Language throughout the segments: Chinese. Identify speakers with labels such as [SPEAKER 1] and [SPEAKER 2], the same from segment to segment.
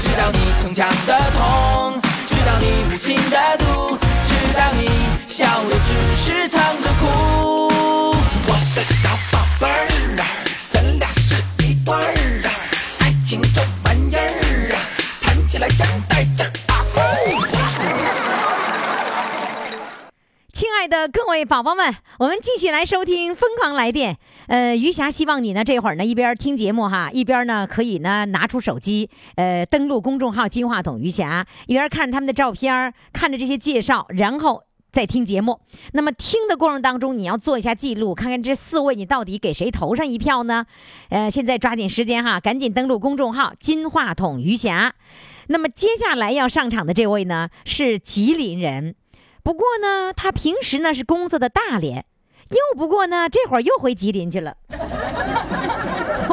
[SPEAKER 1] 知道你逞强的痛，知道你无情的毒，知道你笑的只是藏着哭。我的小宝贝儿啊，咱俩是一对儿啊，爱情这玩意儿啊，谈起来真带劲儿啊！呼
[SPEAKER 2] 亲爱的各位宝宝们，我们继续来收听《疯狂来电》。呃，余霞希望你呢这会儿呢一边听节目哈，一边呢可以呢拿出手机，呃，登录公众号“金话筒余霞”，一边看着他们的照片儿，看着这些介绍，然后。再听节目，那么听的过程当中，你要做一下记录，看看这四位你到底给谁投上一票呢？呃，现在抓紧时间哈，赶紧登录公众号“金话筒余霞”。那么接下来要上场的这位呢是吉林人，不过呢，他平时呢是工作的大连，又不过呢，这会儿又回吉林去了。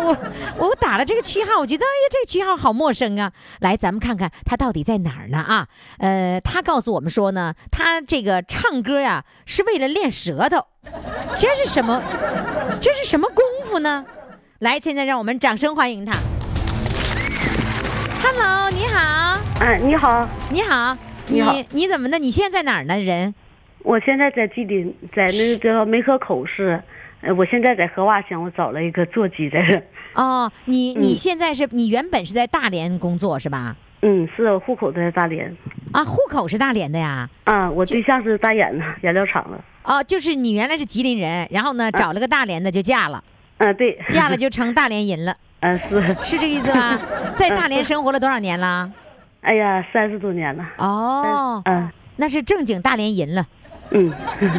[SPEAKER 2] 我我打了这个区号，我觉得哎呀，这个区号好陌生啊！来，咱们看看他到底在哪儿呢啊？呃，他告诉我们说呢，他这个唱歌呀、是为了练舌头，这是什么？这是什么功夫呢？来，现在让我们掌声欢迎他。Hello，你好，
[SPEAKER 3] 哎，你好，
[SPEAKER 2] 你好，
[SPEAKER 3] 你好
[SPEAKER 2] 你你怎么的？你现在在哪儿呢？人？
[SPEAKER 3] 我现在在吉林，在那个叫梅河口市，呃，我现在在河洼乡，我找了一个座机在这 儿，
[SPEAKER 2] 哦，你你
[SPEAKER 3] 嗯
[SPEAKER 2] 现在是、你原本是在大连工作是吧？
[SPEAKER 3] 嗯，是户口在大连，
[SPEAKER 2] 啊，户口是大连的呀。
[SPEAKER 3] 啊，我对象是大眼的染料厂的，
[SPEAKER 2] 哦，就是你原来是吉林人，然后
[SPEAKER 3] 啊
[SPEAKER 2] 呢找了个大连的就嫁 了，
[SPEAKER 3] 嗯、对，
[SPEAKER 2] 嫁 了就成大连人了，
[SPEAKER 3] 嗯、是，
[SPEAKER 2] 是这个意思吗？ 在大连生活了多少年了？
[SPEAKER 3] 哎呀，三十多年了，
[SPEAKER 2] 哦，
[SPEAKER 3] 嗯、
[SPEAKER 2] 那是正经大连人了，
[SPEAKER 3] 嗯，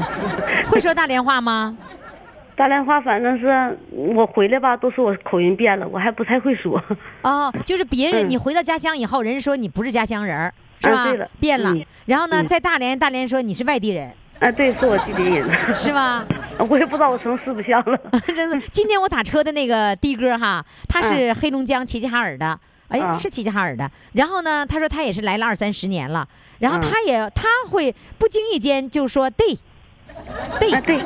[SPEAKER 2] 会说大连话吗？
[SPEAKER 3] 大连话反正是我回来吧，都说我口音变了，我还不太会说，
[SPEAKER 2] 哦，就是别人
[SPEAKER 3] 嗯
[SPEAKER 2] 你回到家乡以后，人家说你不是家乡人儿，是
[SPEAKER 3] 啊
[SPEAKER 2] 吧
[SPEAKER 3] 对了？
[SPEAKER 2] 变了
[SPEAKER 3] 嗯。
[SPEAKER 2] 然后呢，
[SPEAKER 3] 嗯
[SPEAKER 2] 在大连，大连说你是外地人，
[SPEAKER 3] 啊、对，是我吉林人，
[SPEAKER 2] 是吧？
[SPEAKER 3] 我也不知道我成四不像了，
[SPEAKER 2] 真是，今天我打车的那个的哥哈，他是黑龙江齐齐哈尔的。哎，
[SPEAKER 3] 嗯
[SPEAKER 2] 是齐齐哈尔的。然后呢，他说他也是来了二三十年了。然后
[SPEAKER 3] 嗯
[SPEAKER 2] 他也、他会不经意间就说对，对
[SPEAKER 3] 啊、对，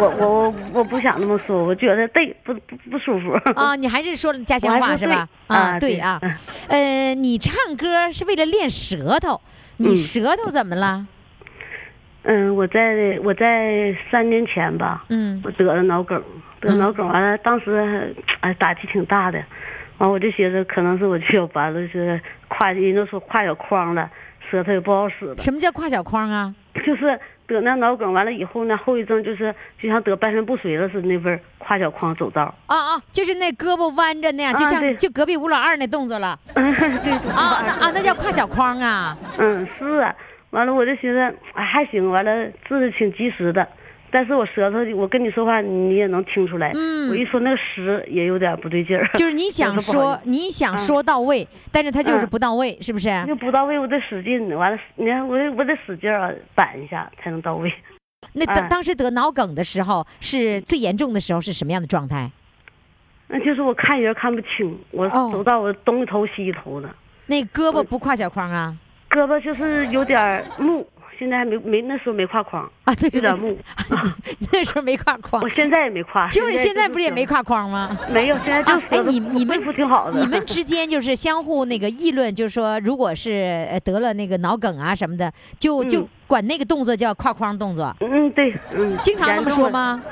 [SPEAKER 3] 我我我我不想那么说，我觉得对，不不不舒服，
[SPEAKER 2] 啊，你还是说了家乡
[SPEAKER 3] 我
[SPEAKER 2] 话
[SPEAKER 3] 还
[SPEAKER 2] 是
[SPEAKER 3] 说
[SPEAKER 2] 吧？
[SPEAKER 3] 对
[SPEAKER 2] 啊，
[SPEAKER 3] 啊
[SPEAKER 2] 对
[SPEAKER 3] 对
[SPEAKER 2] 啊
[SPEAKER 3] 嗯。
[SPEAKER 2] 呃，你唱歌是为了练舌头，你
[SPEAKER 3] 嗯
[SPEAKER 2] 舌头怎么了？
[SPEAKER 3] 嗯，我在我在三年前吧，
[SPEAKER 2] 嗯
[SPEAKER 3] 我得了脑梗，得脑梗完了，当时哎打击挺大的，完我就觉得可能是我这小班子就是跨，人都说跨小框了，舌头也不好使 了，
[SPEAKER 2] 什么叫跨小框啊？
[SPEAKER 3] 就是得那脑梗完了以后呢，后遗症就是就像得半身不遂了似的那味儿， 跨小框走道，
[SPEAKER 2] 啊啊，就是那胳膊弯着那样，就
[SPEAKER 3] 啊
[SPEAKER 2] 像、
[SPEAKER 3] 对
[SPEAKER 2] 就隔壁吴老二那动作了
[SPEAKER 3] 对，
[SPEAKER 2] 啊，那啊那叫跨小框啊。
[SPEAKER 3] 嗯是啊，完了我就寻思哎还行，完了治的挺及时的。但是我舌头，我跟你说话，你也能听出来。
[SPEAKER 2] 嗯
[SPEAKER 3] 我一说那个实也有点不对劲儿。
[SPEAKER 2] 就是你想
[SPEAKER 3] 有时候不好
[SPEAKER 2] 说
[SPEAKER 3] 意，
[SPEAKER 2] 你想说到位，但是他就是
[SPEAKER 3] 嗯
[SPEAKER 2] 不到位，是不是？
[SPEAKER 3] 就不到位，我得使劲，完了，你看我得我得使劲啊，板一下才能到位。
[SPEAKER 2] 那当
[SPEAKER 3] 哎
[SPEAKER 2] 当时得脑梗的时候，是最严重的时候是什么样的状态？
[SPEAKER 3] 那就是我看人看不清，我
[SPEAKER 2] 哦
[SPEAKER 3] 走到我东一头西一头的，
[SPEAKER 2] 那胳膊不跨小框啊？
[SPEAKER 3] 胳膊就是有点儿木，现在还没没那时候没挎框，
[SPEAKER 2] 啊，对，
[SPEAKER 3] 有点木啊
[SPEAKER 2] 那时候没跨框
[SPEAKER 3] 我，现在也没挎，
[SPEAKER 2] 就是现在
[SPEAKER 3] 就
[SPEAKER 2] 不是也没挎框 吗？
[SPEAKER 3] 没有，现在就
[SPEAKER 2] 啊，哎，
[SPEAKER 3] 舌头
[SPEAKER 2] 你你们
[SPEAKER 3] 恢复挺好的，
[SPEAKER 2] 你 们之间就是相互那个议论，就是说，如果是呃得了那个脑梗啊什么的，就就
[SPEAKER 3] 嗯
[SPEAKER 2] 管那个动作叫跨框动作，
[SPEAKER 3] 嗯对嗯，
[SPEAKER 2] 经常那么说
[SPEAKER 3] 严重了？
[SPEAKER 2] 吗？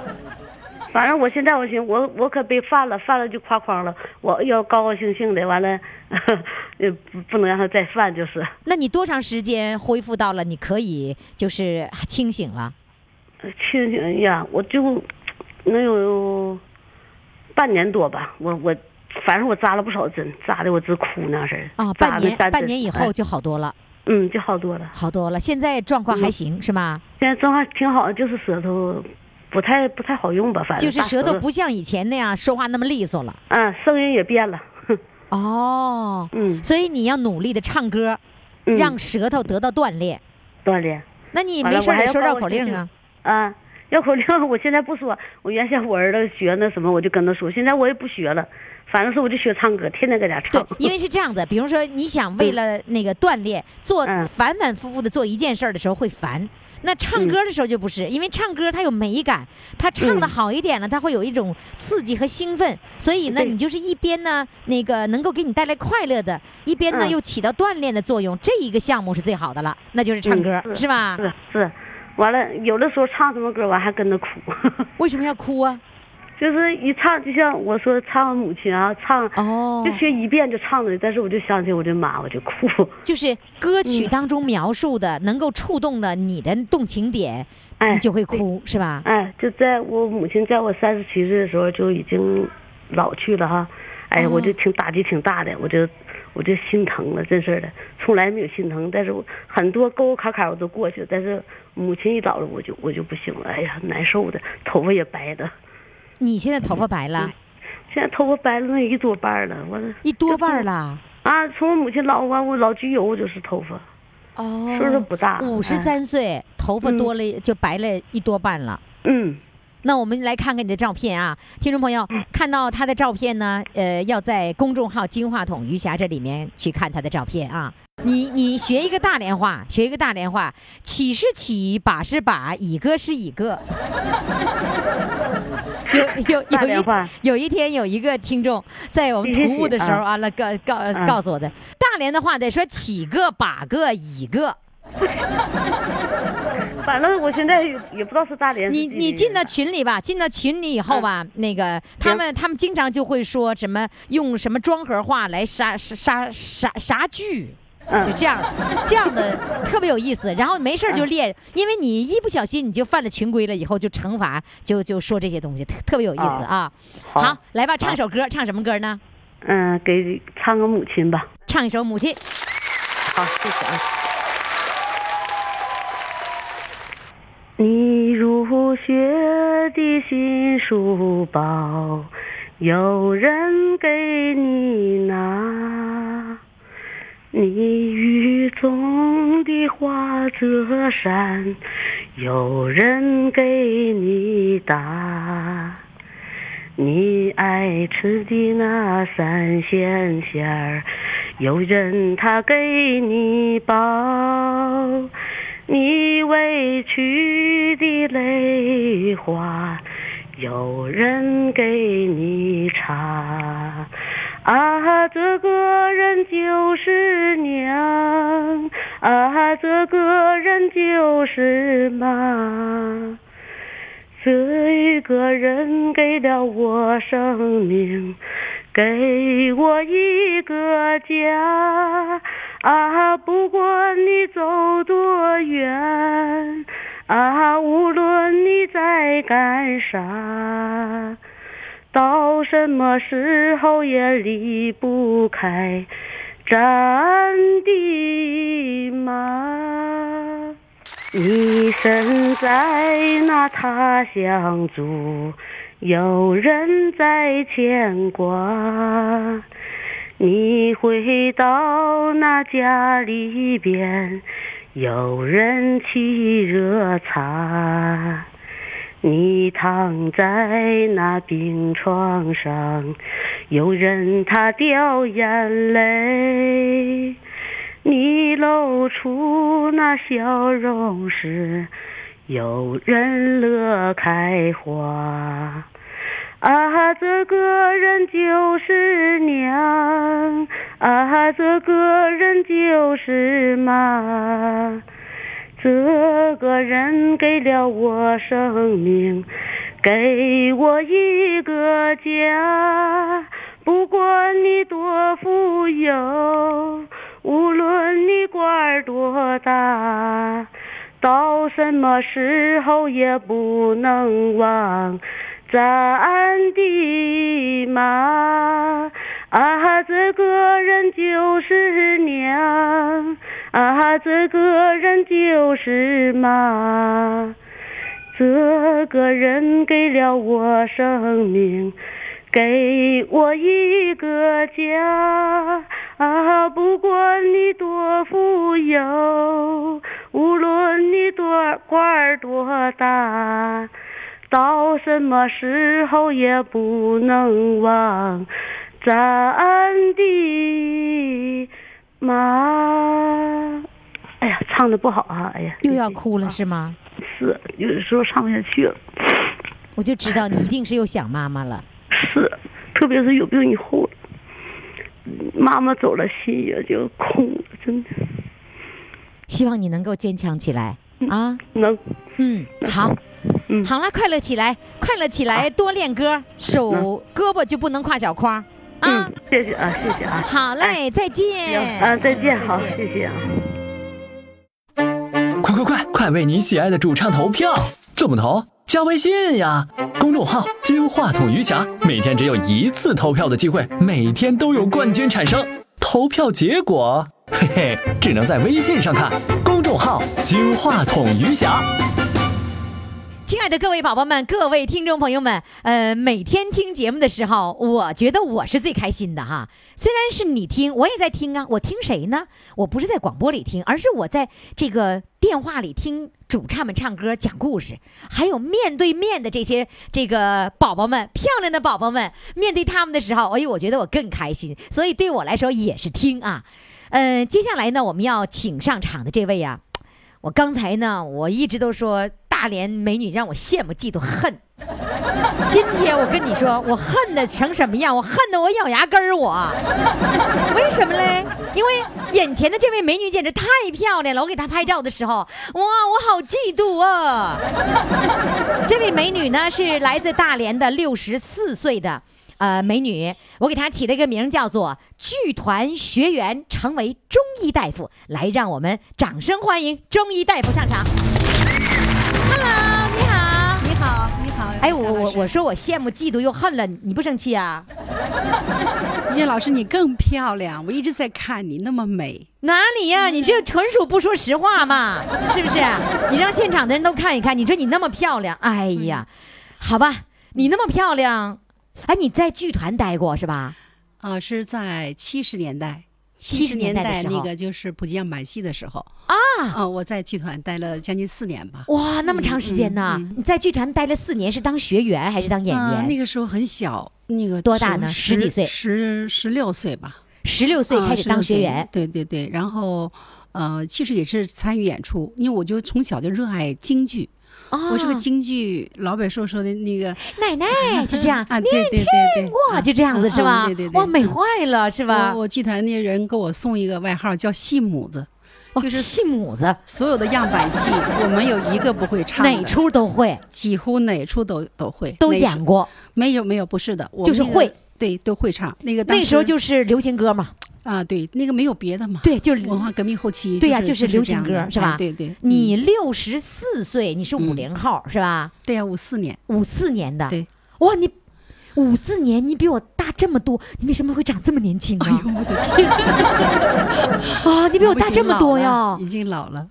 [SPEAKER 3] 反正我现在我寻我我可被犯了，犯了就挎框了，我要高高兴兴的，完了， 也不不能让他再犯就是。
[SPEAKER 2] 那你多长时间恢复到了你可以就是啊清醒了？
[SPEAKER 3] 清醒一下，我就能有半年多吧。我我反正我扎了不少针，扎的我直哭那事儿
[SPEAKER 2] 啊，
[SPEAKER 3] 扎
[SPEAKER 2] 半
[SPEAKER 3] 了
[SPEAKER 2] 年
[SPEAKER 3] 三针
[SPEAKER 2] 半年以后
[SPEAKER 3] 哎
[SPEAKER 2] 就好多了，
[SPEAKER 3] 嗯，就好多了。
[SPEAKER 2] 好多了。现在状
[SPEAKER 3] 嗯
[SPEAKER 2] 况还行、是吗？
[SPEAKER 3] 现在状况挺好，就是舌头不太不太好用吧，反正
[SPEAKER 2] 就是
[SPEAKER 3] 哎大
[SPEAKER 2] 舌头不像以前那样说话那么利索了。
[SPEAKER 3] 嗯，声音也变了。哼
[SPEAKER 2] 哦，
[SPEAKER 3] 嗯，
[SPEAKER 2] 所以你要努力的唱歌，
[SPEAKER 3] 嗯
[SPEAKER 2] 让舌头得到锻炼。
[SPEAKER 3] 锻炼。
[SPEAKER 2] 那你
[SPEAKER 3] 完
[SPEAKER 2] 没
[SPEAKER 3] 了
[SPEAKER 2] 事
[SPEAKER 3] 我
[SPEAKER 2] 儿
[SPEAKER 3] 还
[SPEAKER 2] 得
[SPEAKER 3] 要
[SPEAKER 2] 说
[SPEAKER 3] 帮
[SPEAKER 2] 绕
[SPEAKER 3] 我
[SPEAKER 2] 口
[SPEAKER 3] 弟
[SPEAKER 2] 令
[SPEAKER 3] 弟
[SPEAKER 2] 啊。
[SPEAKER 3] 啊，绕口令我现在不说，我原先我儿子学那什么，我就跟他说，现在我也不学了，反正是我就学唱歌，天天搁家
[SPEAKER 2] 对
[SPEAKER 3] 唱。，
[SPEAKER 2] 因为是这样子，比如说你想为了那个锻炼，做
[SPEAKER 3] 嗯
[SPEAKER 2] 反反复复的做一件事儿的时候会烦，那唱歌的时候就不是，因为唱歌它有美感，它唱的
[SPEAKER 3] 嗯
[SPEAKER 2] 好一点了，它会有一种刺激和兴奋，所以呢，
[SPEAKER 3] 对
[SPEAKER 2] 你就是一边呢那个能够给你带来快乐的，一边呢
[SPEAKER 3] 嗯
[SPEAKER 2] 又起到锻炼的作用，这一个项目是最好的了，那就是唱
[SPEAKER 3] 嗯
[SPEAKER 2] 歌，
[SPEAKER 3] 是
[SPEAKER 2] 是吧？
[SPEAKER 3] 是是，完了有的时候唱什么歌，我还跟着哭，
[SPEAKER 2] 为什么要哭啊？
[SPEAKER 3] 就是一唱就像我说唱母亲啊，唱
[SPEAKER 2] 哦
[SPEAKER 3] 就学一遍就唱的，但是我就想起我的妈，我就哭。
[SPEAKER 2] 就是歌曲
[SPEAKER 3] 嗯
[SPEAKER 2] 当中描述的，能够触动了你的动情点，
[SPEAKER 3] 哎
[SPEAKER 2] 你就会哭，是吧？
[SPEAKER 3] 哎，就在我母亲在我三十七岁的时候就已经老去了哈，哎呀，
[SPEAKER 2] 哦
[SPEAKER 3] 我就挺打击挺大的，我就我就心疼了，真是的，从来没有心疼，但是我很多沟沟坎坎我都过去了，但是母亲一老了，我就我就不行了，哎呀，难受的，头发也白了，
[SPEAKER 2] 你现在头发白
[SPEAKER 3] 嗯
[SPEAKER 2] 了，
[SPEAKER 3] 现在头发白了那一多半儿了，我
[SPEAKER 2] 一多半儿了。
[SPEAKER 3] 啊，从我母亲老完我老焗油我就是头发，
[SPEAKER 2] 哦
[SPEAKER 3] 岁数不大
[SPEAKER 2] 五十三岁，头发多了、就白了一多半了。
[SPEAKER 3] 嗯
[SPEAKER 2] 那我们来看看你的照片啊，听众朋友，看到他的照片呢，呃，要在公众号“金话筒余霞”这里面去看他的照片啊。你你学一个大连话，学一个大连话，起是起，把是把，一个是一 个。有有
[SPEAKER 3] 大
[SPEAKER 2] 有
[SPEAKER 3] 连
[SPEAKER 2] 一
[SPEAKER 3] 话
[SPEAKER 2] 有一天有一个听众在我们
[SPEAKER 3] 起是
[SPEAKER 2] 图
[SPEAKER 3] 起
[SPEAKER 2] 物的时候
[SPEAKER 3] 啊
[SPEAKER 2] 啊，那告告
[SPEAKER 3] 啊
[SPEAKER 2] 告诉我的，大连的话得说起个把个一个。
[SPEAKER 3] 反正我现在也也不知道是大连是
[SPEAKER 2] 你
[SPEAKER 3] 吉
[SPEAKER 2] 你
[SPEAKER 3] 林
[SPEAKER 2] 进到
[SPEAKER 3] 人
[SPEAKER 2] 群里吧，进到群里以后吧，那个他们他们经常就会说什么用什么庄河话来杀杀杀杀杀剧。就这样，这样的特别有意思。然后没事儿就练，因为你一不小心你就犯了群规了，以后就惩罚，就就说这些东西，特特别有意思啊。
[SPEAKER 3] 好
[SPEAKER 2] 好，来吧，唱首歌，唱什么歌呢？
[SPEAKER 3] 嗯、给唱个母亲吧，
[SPEAKER 2] 唱一首《母亲》。
[SPEAKER 3] 好，谢谢啊。你入学的新书包，有人给你拿；你雨中的花折扇，有人给你打。你爱吃的那三鲜馅儿，有人他给你包；你委屈的泪花，有人给你擦。啊，这个人就是娘，啊，这个人就是妈。这个人给了我生命，给我一个家。啊，不管你走多远，啊，无论你在干啥，到什么时候也离不开咱的妈。你身在那他乡住，有人在牵挂。你回到那家里边，有人沏热茶。你躺在那病床上，有人他掉眼泪。你露出那笑容时，有人乐开花。啊，这个人就是娘，啊，这个人就是妈。这个人给了我生命，给我一个家。不管你多富有，无论你官儿多大，到什么时候也不能忘咱的妈。啊，这个人就是娘，啊，这个人就是妈。这个人给了我生命，给我一个家，啊，不管你多富有，无论你多官儿多大，到什么时候也不能忘咱的妈。哎呀，唱的不好啊！哎呀，
[SPEAKER 2] 又要哭了是吗？
[SPEAKER 3] 是，有的时候唱不下去了。
[SPEAKER 2] 我就知道你一定是又想妈妈了。
[SPEAKER 3] 是，特别是有病以后，妈妈走了，心也就空了，真的
[SPEAKER 2] 希望你能够坚强起来啊！
[SPEAKER 3] 能，
[SPEAKER 2] 嗯，好，
[SPEAKER 3] 嗯，啊
[SPEAKER 2] 好了，快乐起来，快乐起来，多练歌，手胳膊就不能挎脚框啊
[SPEAKER 3] 嗯！，谢谢啊，谢谢啊，
[SPEAKER 2] 好嘞，再
[SPEAKER 3] 行
[SPEAKER 2] 见
[SPEAKER 3] 啊，再见，
[SPEAKER 2] 再
[SPEAKER 3] 好，
[SPEAKER 2] 见
[SPEAKER 3] 谢谢啊。
[SPEAKER 4] 快快快，快为你喜爱的主唱投票！怎么投？加微信呀，公众号“金话筒余霞”，每天只有一次投票的机会，每天都有冠军产生。投票结果，嘿嘿，只能在微信上看。公众号“金话筒余霞”。
[SPEAKER 2] 亲爱的各位宝宝们，各位听众朋友们，呃，每天听节目的时候，我觉得我是最开心的哈。虽然是你听，我也在听啊。我听谁呢？我不是在广播里听，而是我在这个电话里听主唱们唱歌、讲故事，还有面对面的这些这个宝宝们，漂亮的宝宝们，面对他们的时候，哎呦，我觉得我更开心。所以对我来说也是听啊。呃，接下来呢，我们要请上场的这位啊，我刚才呢，我一直都说大连美女让我羡慕、嫉妒、恨。今天我跟你说，我恨的成什么样？我恨的我咬牙根儿，我。为什么嘞？因为眼前的这位美女简直太漂亮了，我给她拍照的时候，哇，我好嫉妒啊！这位美女呢是来自大连的六十四岁的呃美女，我给她起了一个名儿叫做“剧团学员成为中医大夫”，来让我们掌声欢迎中医大夫上场。Hello，你好。
[SPEAKER 5] 你好，你好。
[SPEAKER 2] 哎，我我
[SPEAKER 5] 夏老
[SPEAKER 2] 我说我羡慕、嫉妒又恨了，你不生气啊？
[SPEAKER 5] 师叶老师你更漂亮，我一直在看你那么美。
[SPEAKER 2] 哪里
[SPEAKER 5] 嗯
[SPEAKER 2] 呀、你这纯属不说实 话嘛，是不是？你让现场的人都看一看，你说你那么漂亮，哎
[SPEAKER 5] 嗯
[SPEAKER 2] 呀，好吧，你那么漂亮，哎，你在剧团待过是吧？
[SPEAKER 5] 啊、是在七十年代，
[SPEAKER 2] 70
[SPEAKER 5] 年
[SPEAKER 2] 年代的时候
[SPEAKER 5] 那个就是普及样板戏的时候啊。
[SPEAKER 2] 啊，
[SPEAKER 5] 哦，我在剧团待了将近四年吧。
[SPEAKER 2] 哇，那么长时间呢？
[SPEAKER 5] 嗯嗯
[SPEAKER 2] 你在剧团待了四年，是当学员还是当演员？
[SPEAKER 5] 啊那个时候很小，那个
[SPEAKER 2] 多大呢
[SPEAKER 5] 时
[SPEAKER 2] 十几岁
[SPEAKER 5] 十十六岁吧。
[SPEAKER 2] 十六岁
[SPEAKER 5] 啊
[SPEAKER 2] 开始当学
[SPEAKER 5] 16
[SPEAKER 2] 员，
[SPEAKER 5] 岁对对对，然后。呃，其实也是参与演出，因为我就从小就热爱京剧，
[SPEAKER 2] 哦
[SPEAKER 5] 我是个京剧老北说说的那个
[SPEAKER 2] 奶 奶，就这样，
[SPEAKER 5] 啊，对对对对，
[SPEAKER 2] 哇，就这样子是
[SPEAKER 5] 吧？
[SPEAKER 2] 吧
[SPEAKER 5] 嗯对对？对，
[SPEAKER 2] 哇，美坏了是吧？
[SPEAKER 5] 我我剧团那人给我送一个外号叫“戏母子
[SPEAKER 2] 哇
[SPEAKER 5] 就是
[SPEAKER 2] 戏哦母子”，，
[SPEAKER 5] 所有的样板戏我没有一个不会唱的，
[SPEAKER 2] 哪出都会，
[SPEAKER 5] 几乎哪出都都会，
[SPEAKER 2] 都
[SPEAKER 5] 哪
[SPEAKER 2] 演
[SPEAKER 5] 出
[SPEAKER 2] 过。
[SPEAKER 5] 没有没有不是的，我
[SPEAKER 2] 就是
[SPEAKER 5] 那个
[SPEAKER 2] 会，
[SPEAKER 5] 对，都会唱。那个当
[SPEAKER 2] 那时候就是是流行歌嘛，
[SPEAKER 5] 啊，对，那个没有别的嘛，，
[SPEAKER 2] 对，就是
[SPEAKER 5] 文化革命后期，
[SPEAKER 2] 对呀
[SPEAKER 5] 就
[SPEAKER 2] 就是流行
[SPEAKER 5] 这样的
[SPEAKER 2] 歌是吧
[SPEAKER 5] 哎对对，
[SPEAKER 2] 你
[SPEAKER 5] 嗯
[SPEAKER 2] 六十四岁，你是五零后、是吧？
[SPEAKER 5] 对呀，五四年，
[SPEAKER 2] 五四年的，
[SPEAKER 5] 对，
[SPEAKER 2] 哇，你五四年，你比我大这么多，你为什么会长这么年轻
[SPEAKER 5] 哎
[SPEAKER 2] 啊
[SPEAKER 5] 呦？我的天，
[SPEAKER 2] 啊，你比我大
[SPEAKER 5] 不行
[SPEAKER 2] 这么多
[SPEAKER 5] 老
[SPEAKER 2] 呀
[SPEAKER 5] 了！已经老了，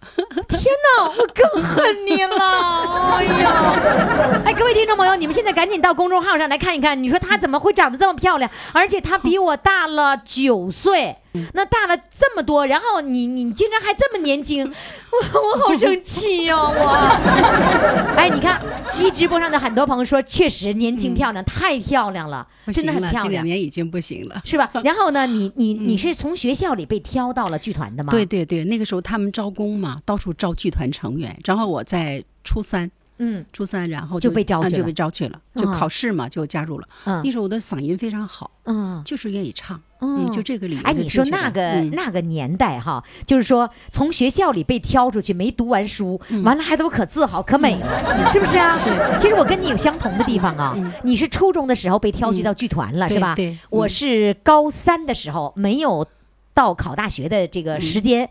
[SPEAKER 2] 天哪，我更恨你了！ 哎呀，哎，各位听众朋友，你们现在赶紧到公众号上来看一看，你说她怎么会长得这么漂亮？而且她比我大了九岁，那大了这么多，然后你你竟然还这么年 轻，我我好生气呀、我。 哎，你看，一直播上的很多朋友说，确实年轻漂亮，太漂亮了，
[SPEAKER 5] 不
[SPEAKER 2] 真
[SPEAKER 5] 行
[SPEAKER 2] 的很
[SPEAKER 5] 了，
[SPEAKER 2] 漂
[SPEAKER 5] 这两
[SPEAKER 2] 亮。
[SPEAKER 5] 年已经不行了。
[SPEAKER 2] 是吧？然后呢，你你你是从学校里被挑到了剧团的吗？
[SPEAKER 5] 对，对对，那个时候他们招工嘛，到处招剧团成员，然后我在初三。
[SPEAKER 2] 嗯
[SPEAKER 5] 初三，然后
[SPEAKER 2] 就被招去
[SPEAKER 5] 啊就
[SPEAKER 2] 了
[SPEAKER 5] 被招去了，就
[SPEAKER 2] 啊
[SPEAKER 5] 考试嘛，就加入了。那
[SPEAKER 2] 嗯
[SPEAKER 5] 时候我的嗓音非常好，
[SPEAKER 2] 嗯
[SPEAKER 5] 就是愿意唱，
[SPEAKER 2] 嗯
[SPEAKER 5] 嗯，就这个理由就
[SPEAKER 2] 哎，
[SPEAKER 5] 进去了。
[SPEAKER 2] 你说那个、
[SPEAKER 5] 嗯
[SPEAKER 2] 那个年代哈，就是说从学校里被挑出去，没读完书，完了还都可自豪可美了，是不是啊？
[SPEAKER 5] 嗯是嗯
[SPEAKER 2] 其实我跟你有相同的地方啊，你是初中的时候被挑去到剧团了，
[SPEAKER 5] 对
[SPEAKER 2] 是吧？
[SPEAKER 5] 对嗯
[SPEAKER 2] 我是高三的时候没有到考大学的这个
[SPEAKER 5] 嗯
[SPEAKER 2] 时间。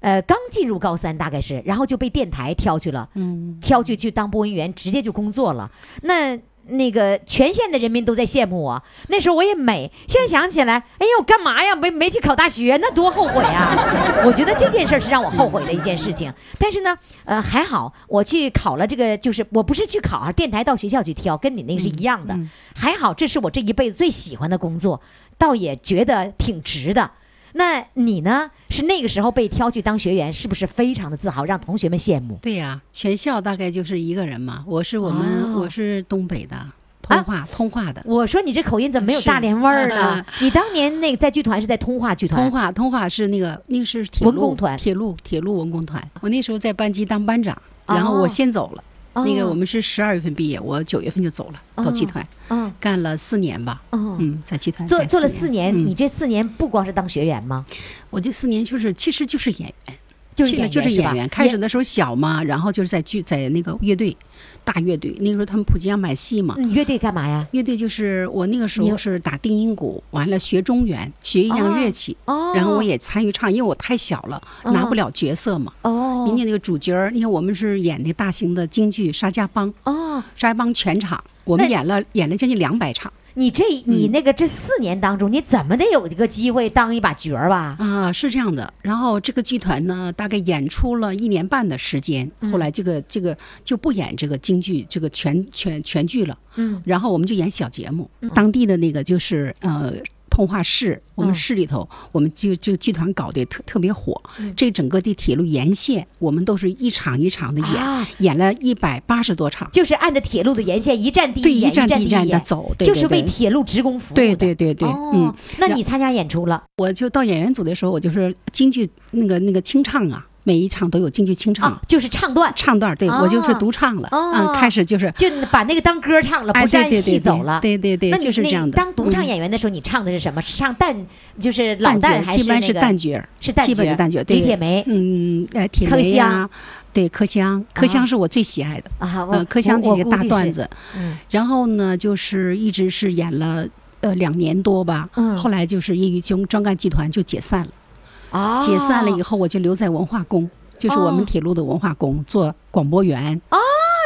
[SPEAKER 2] 呃，刚进入高三大概是，然后就被电台挑去了，
[SPEAKER 5] 嗯，
[SPEAKER 2] 挑去去当播音员，直接就工作了。那那个全县的人民都在羡慕我，那时候我也美。现在想起来，哎呦，干嘛呀？没没去考大学，那多后悔呀！ 我觉得这件事儿是让我后悔的一件事情。但是呢，呃，还好我去考了这个，就是我不是去考啊，电台到学校去挑，跟你那个是一样的。还好，这是我这一辈子最喜欢的工作，倒也觉得挺值的。那你呢？是那个时候被挑去当学员，是不是非常的自豪，让同学们羡慕？
[SPEAKER 5] 对呀、全校大概就是一个人嘛。我是我们，
[SPEAKER 2] 哦啊
[SPEAKER 5] 我是东北的，通化、通化的。
[SPEAKER 2] 我说你这口音怎么没有
[SPEAKER 5] 是
[SPEAKER 2] 大连味儿呢？你当年那个在剧团是在通化剧团
[SPEAKER 5] 通，化通化是那个那个是铁
[SPEAKER 2] 文
[SPEAKER 5] 路
[SPEAKER 2] 工团
[SPEAKER 5] 铁路铁路文工团。我那时候在班级当班长，然后我
[SPEAKER 2] 哦
[SPEAKER 5] 先走了。
[SPEAKER 2] 哦
[SPEAKER 5] 那个我们是十二月份毕业，我九月份就走了，到剧
[SPEAKER 2] 哦
[SPEAKER 5] 团、
[SPEAKER 2] 嗯
[SPEAKER 5] 干了四年吧。
[SPEAKER 2] 嗯，
[SPEAKER 5] 嗯，在剧团
[SPEAKER 2] 做
[SPEAKER 5] 待
[SPEAKER 2] 做了四年，
[SPEAKER 5] 嗯
[SPEAKER 2] 你这四年不光是当学员吗？
[SPEAKER 5] 我这四年就是其实就是演员，
[SPEAKER 2] 就是
[SPEAKER 5] 去了
[SPEAKER 2] 演
[SPEAKER 5] 就是
[SPEAKER 2] 员是吧
[SPEAKER 5] 演员。开始
[SPEAKER 2] 演
[SPEAKER 5] 的时候小嘛，然后就是在剧在那个乐队，大乐队。那个时候他们普及要买戏嘛，
[SPEAKER 2] 你乐队干嘛呀？
[SPEAKER 5] 乐队就是我那个时
[SPEAKER 2] 嗯你
[SPEAKER 5] 候
[SPEAKER 2] 有
[SPEAKER 5] 是打定音鼓，完了学中原，学一样乐
[SPEAKER 2] 哦
[SPEAKER 5] 器。
[SPEAKER 2] 哦，
[SPEAKER 5] 然后我也参与唱，因为我太小了，拿不
[SPEAKER 2] 哦
[SPEAKER 5] 了角色嘛。
[SPEAKER 2] 哦，
[SPEAKER 5] 人家那个主角儿，你看我们是演的大型的京剧《沙家浜》，《
[SPEAKER 2] 哦，
[SPEAKER 5] 沙家浜》全场，我们
[SPEAKER 2] 那
[SPEAKER 5] 演了演了将近两百场
[SPEAKER 2] 你这你
[SPEAKER 5] 嗯
[SPEAKER 2] 那个这四年当中，你怎么得有一个机会当一把角儿吧？
[SPEAKER 5] 啊、是这样的。然后这个剧团呢，大概演出了一年半的时间，
[SPEAKER 2] 嗯
[SPEAKER 5] 后来这个这个就不演这个京剧这个全全全剧了，
[SPEAKER 2] 嗯，
[SPEAKER 5] 然后我们就演小节目，当地的那个就是呃。通化市，我们
[SPEAKER 2] 嗯
[SPEAKER 5] 市里头，我们就就剧团搞得特特别火。
[SPEAKER 2] 嗯
[SPEAKER 5] 这整个的铁路沿线，我们都是一场一场的演，
[SPEAKER 2] 啊
[SPEAKER 5] 演了一百八十多场。
[SPEAKER 2] 就是按着铁路的沿线一站地
[SPEAKER 5] 对
[SPEAKER 2] 一演
[SPEAKER 5] 一站
[SPEAKER 2] 地
[SPEAKER 5] 地一站地
[SPEAKER 2] 演
[SPEAKER 5] 走对
[SPEAKER 2] 就
[SPEAKER 5] 对
[SPEAKER 2] 是为
[SPEAKER 5] 对
[SPEAKER 2] 铁路职工服务的。
[SPEAKER 5] 对对对对，
[SPEAKER 2] 哦
[SPEAKER 5] 嗯，，
[SPEAKER 2] 那你参加演出了
[SPEAKER 5] 我就到演员组的时候，我就是京剧那个那个清唱啊，每一场都有京剧清唱、
[SPEAKER 2] 啊？就是唱段，
[SPEAKER 5] 唱段儿，对、
[SPEAKER 2] 哦
[SPEAKER 5] 我就是独唱了，
[SPEAKER 2] 哦
[SPEAKER 5] 嗯，开始就是
[SPEAKER 2] 就把那个当歌唱了，
[SPEAKER 5] 哎
[SPEAKER 2] 不是
[SPEAKER 5] 对
[SPEAKER 2] 按
[SPEAKER 5] 对
[SPEAKER 2] 戏
[SPEAKER 5] 对
[SPEAKER 2] 走了。
[SPEAKER 5] 对对对，
[SPEAKER 2] 那你
[SPEAKER 5] 就是这样
[SPEAKER 2] 你
[SPEAKER 5] 的。
[SPEAKER 2] 当独唱
[SPEAKER 5] 嗯
[SPEAKER 2] 演员的时候，你唱的是什么？是唱旦，就是老
[SPEAKER 5] 旦角
[SPEAKER 2] 旦
[SPEAKER 5] 儿
[SPEAKER 2] 还
[SPEAKER 5] 一般
[SPEAKER 2] 那个
[SPEAKER 5] 旦角儿，
[SPEAKER 2] 是旦
[SPEAKER 5] 基本是
[SPEAKER 2] 角儿
[SPEAKER 5] 旦角儿，对
[SPEAKER 2] 李铁梅
[SPEAKER 5] 嗯，呃，铁
[SPEAKER 2] 柯
[SPEAKER 5] 梅
[SPEAKER 2] 香
[SPEAKER 5] 呀、对，柯香，柯香是我最喜爱的，
[SPEAKER 2] 啊，我
[SPEAKER 5] 呃，柯香这
[SPEAKER 2] 我
[SPEAKER 5] 些
[SPEAKER 2] 我估
[SPEAKER 5] 大
[SPEAKER 2] 计
[SPEAKER 5] 段
[SPEAKER 2] 是
[SPEAKER 5] 子，
[SPEAKER 2] 嗯
[SPEAKER 5] 然后呢，就是一直是演了。呃，两年多吧，
[SPEAKER 2] 嗯
[SPEAKER 5] 后来就是业余中专干剧团就解散了。
[SPEAKER 2] 啊，
[SPEAKER 5] 解散了以后，我就留在文化宫，就是我
[SPEAKER 2] 哦啊
[SPEAKER 5] 们铁路的文化宫做广播员。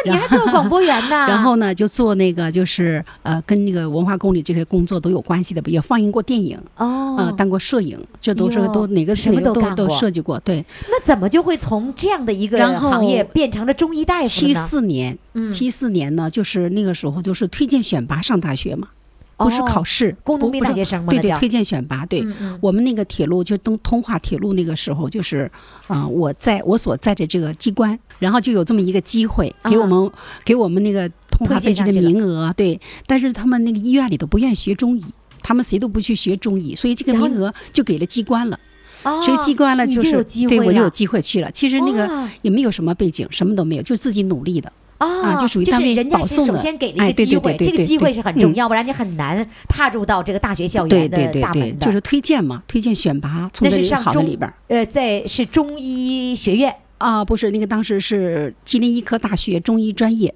[SPEAKER 2] 你还做广播员呢？
[SPEAKER 5] 然后呢，就做那个就是呃，跟那个文化宫里这些工作都有关系的，也放映过电影，呃
[SPEAKER 2] 哦，，
[SPEAKER 5] 当过摄影，这都是
[SPEAKER 2] 哎呦
[SPEAKER 5] 都哪个
[SPEAKER 2] 什么
[SPEAKER 5] 哪个
[SPEAKER 2] 都
[SPEAKER 5] 都
[SPEAKER 2] 干
[SPEAKER 5] 都
[SPEAKER 2] 过
[SPEAKER 5] 设计过。对，
[SPEAKER 2] 那怎么就会从这样的一个
[SPEAKER 5] 然后
[SPEAKER 2] 行业变成了中医大夫
[SPEAKER 5] 七
[SPEAKER 2] 呢？
[SPEAKER 5] 四年，
[SPEAKER 2] 嗯
[SPEAKER 5] 七四年呢，就是那个时候就是推荐选拔上大学嘛，不是
[SPEAKER 2] 哦
[SPEAKER 5] 考试，
[SPEAKER 2] 工农
[SPEAKER 5] 不
[SPEAKER 2] 兵
[SPEAKER 5] 不是
[SPEAKER 2] 大学生吗？
[SPEAKER 5] 对
[SPEAKER 2] 那
[SPEAKER 5] 对
[SPEAKER 2] 叫，
[SPEAKER 5] 推荐选拔对。
[SPEAKER 2] 嗯嗯
[SPEAKER 5] 我们那个铁路就东通化铁路那个时候，就是，啊、我在我所在的这个机关，然后就有这么一个机会，给我们、给我们那个通化
[SPEAKER 2] 推荐
[SPEAKER 5] 配置
[SPEAKER 2] 上
[SPEAKER 5] 的
[SPEAKER 2] 去了
[SPEAKER 5] 名额，对，但是他们那个医院里头不愿意学中医，他们谁都不去学中医，所以这个
[SPEAKER 2] 然后
[SPEAKER 5] 名额就给了机关了，
[SPEAKER 2] 哦
[SPEAKER 5] 所以机关了哦
[SPEAKER 2] 你
[SPEAKER 5] 是
[SPEAKER 2] 有机会
[SPEAKER 5] 对我就有
[SPEAKER 2] 了
[SPEAKER 5] 机会去了。其实那个
[SPEAKER 2] 哇
[SPEAKER 5] 也没有什么背景，什么都没有，就自己努力的。
[SPEAKER 2] 啊
[SPEAKER 5] 就属于单位
[SPEAKER 2] 人家
[SPEAKER 5] 保
[SPEAKER 2] 是
[SPEAKER 5] 送
[SPEAKER 2] 首
[SPEAKER 5] 的
[SPEAKER 2] 先给了
[SPEAKER 5] 哎
[SPEAKER 2] 一个
[SPEAKER 5] 对
[SPEAKER 2] 机
[SPEAKER 5] 对
[SPEAKER 2] 会，
[SPEAKER 5] 对对
[SPEAKER 2] 这个
[SPEAKER 5] 对
[SPEAKER 2] 机会
[SPEAKER 5] 对
[SPEAKER 2] 是很
[SPEAKER 5] 嗯
[SPEAKER 2] 重要，不然你很难踏入到这个大学校
[SPEAKER 5] 对
[SPEAKER 2] 园
[SPEAKER 5] 对
[SPEAKER 2] 的
[SPEAKER 5] 对
[SPEAKER 2] 大
[SPEAKER 5] 对
[SPEAKER 2] 门，的。
[SPEAKER 5] 就是推荐嘛，推荐选拔，从
[SPEAKER 2] 那
[SPEAKER 5] 这
[SPEAKER 2] 是
[SPEAKER 5] 里
[SPEAKER 2] 上
[SPEAKER 5] 好的
[SPEAKER 2] 中
[SPEAKER 5] 里边儿
[SPEAKER 2] 呃，在是中医学院，
[SPEAKER 5] 啊，不是那个当时是吉林医科大学中医专业。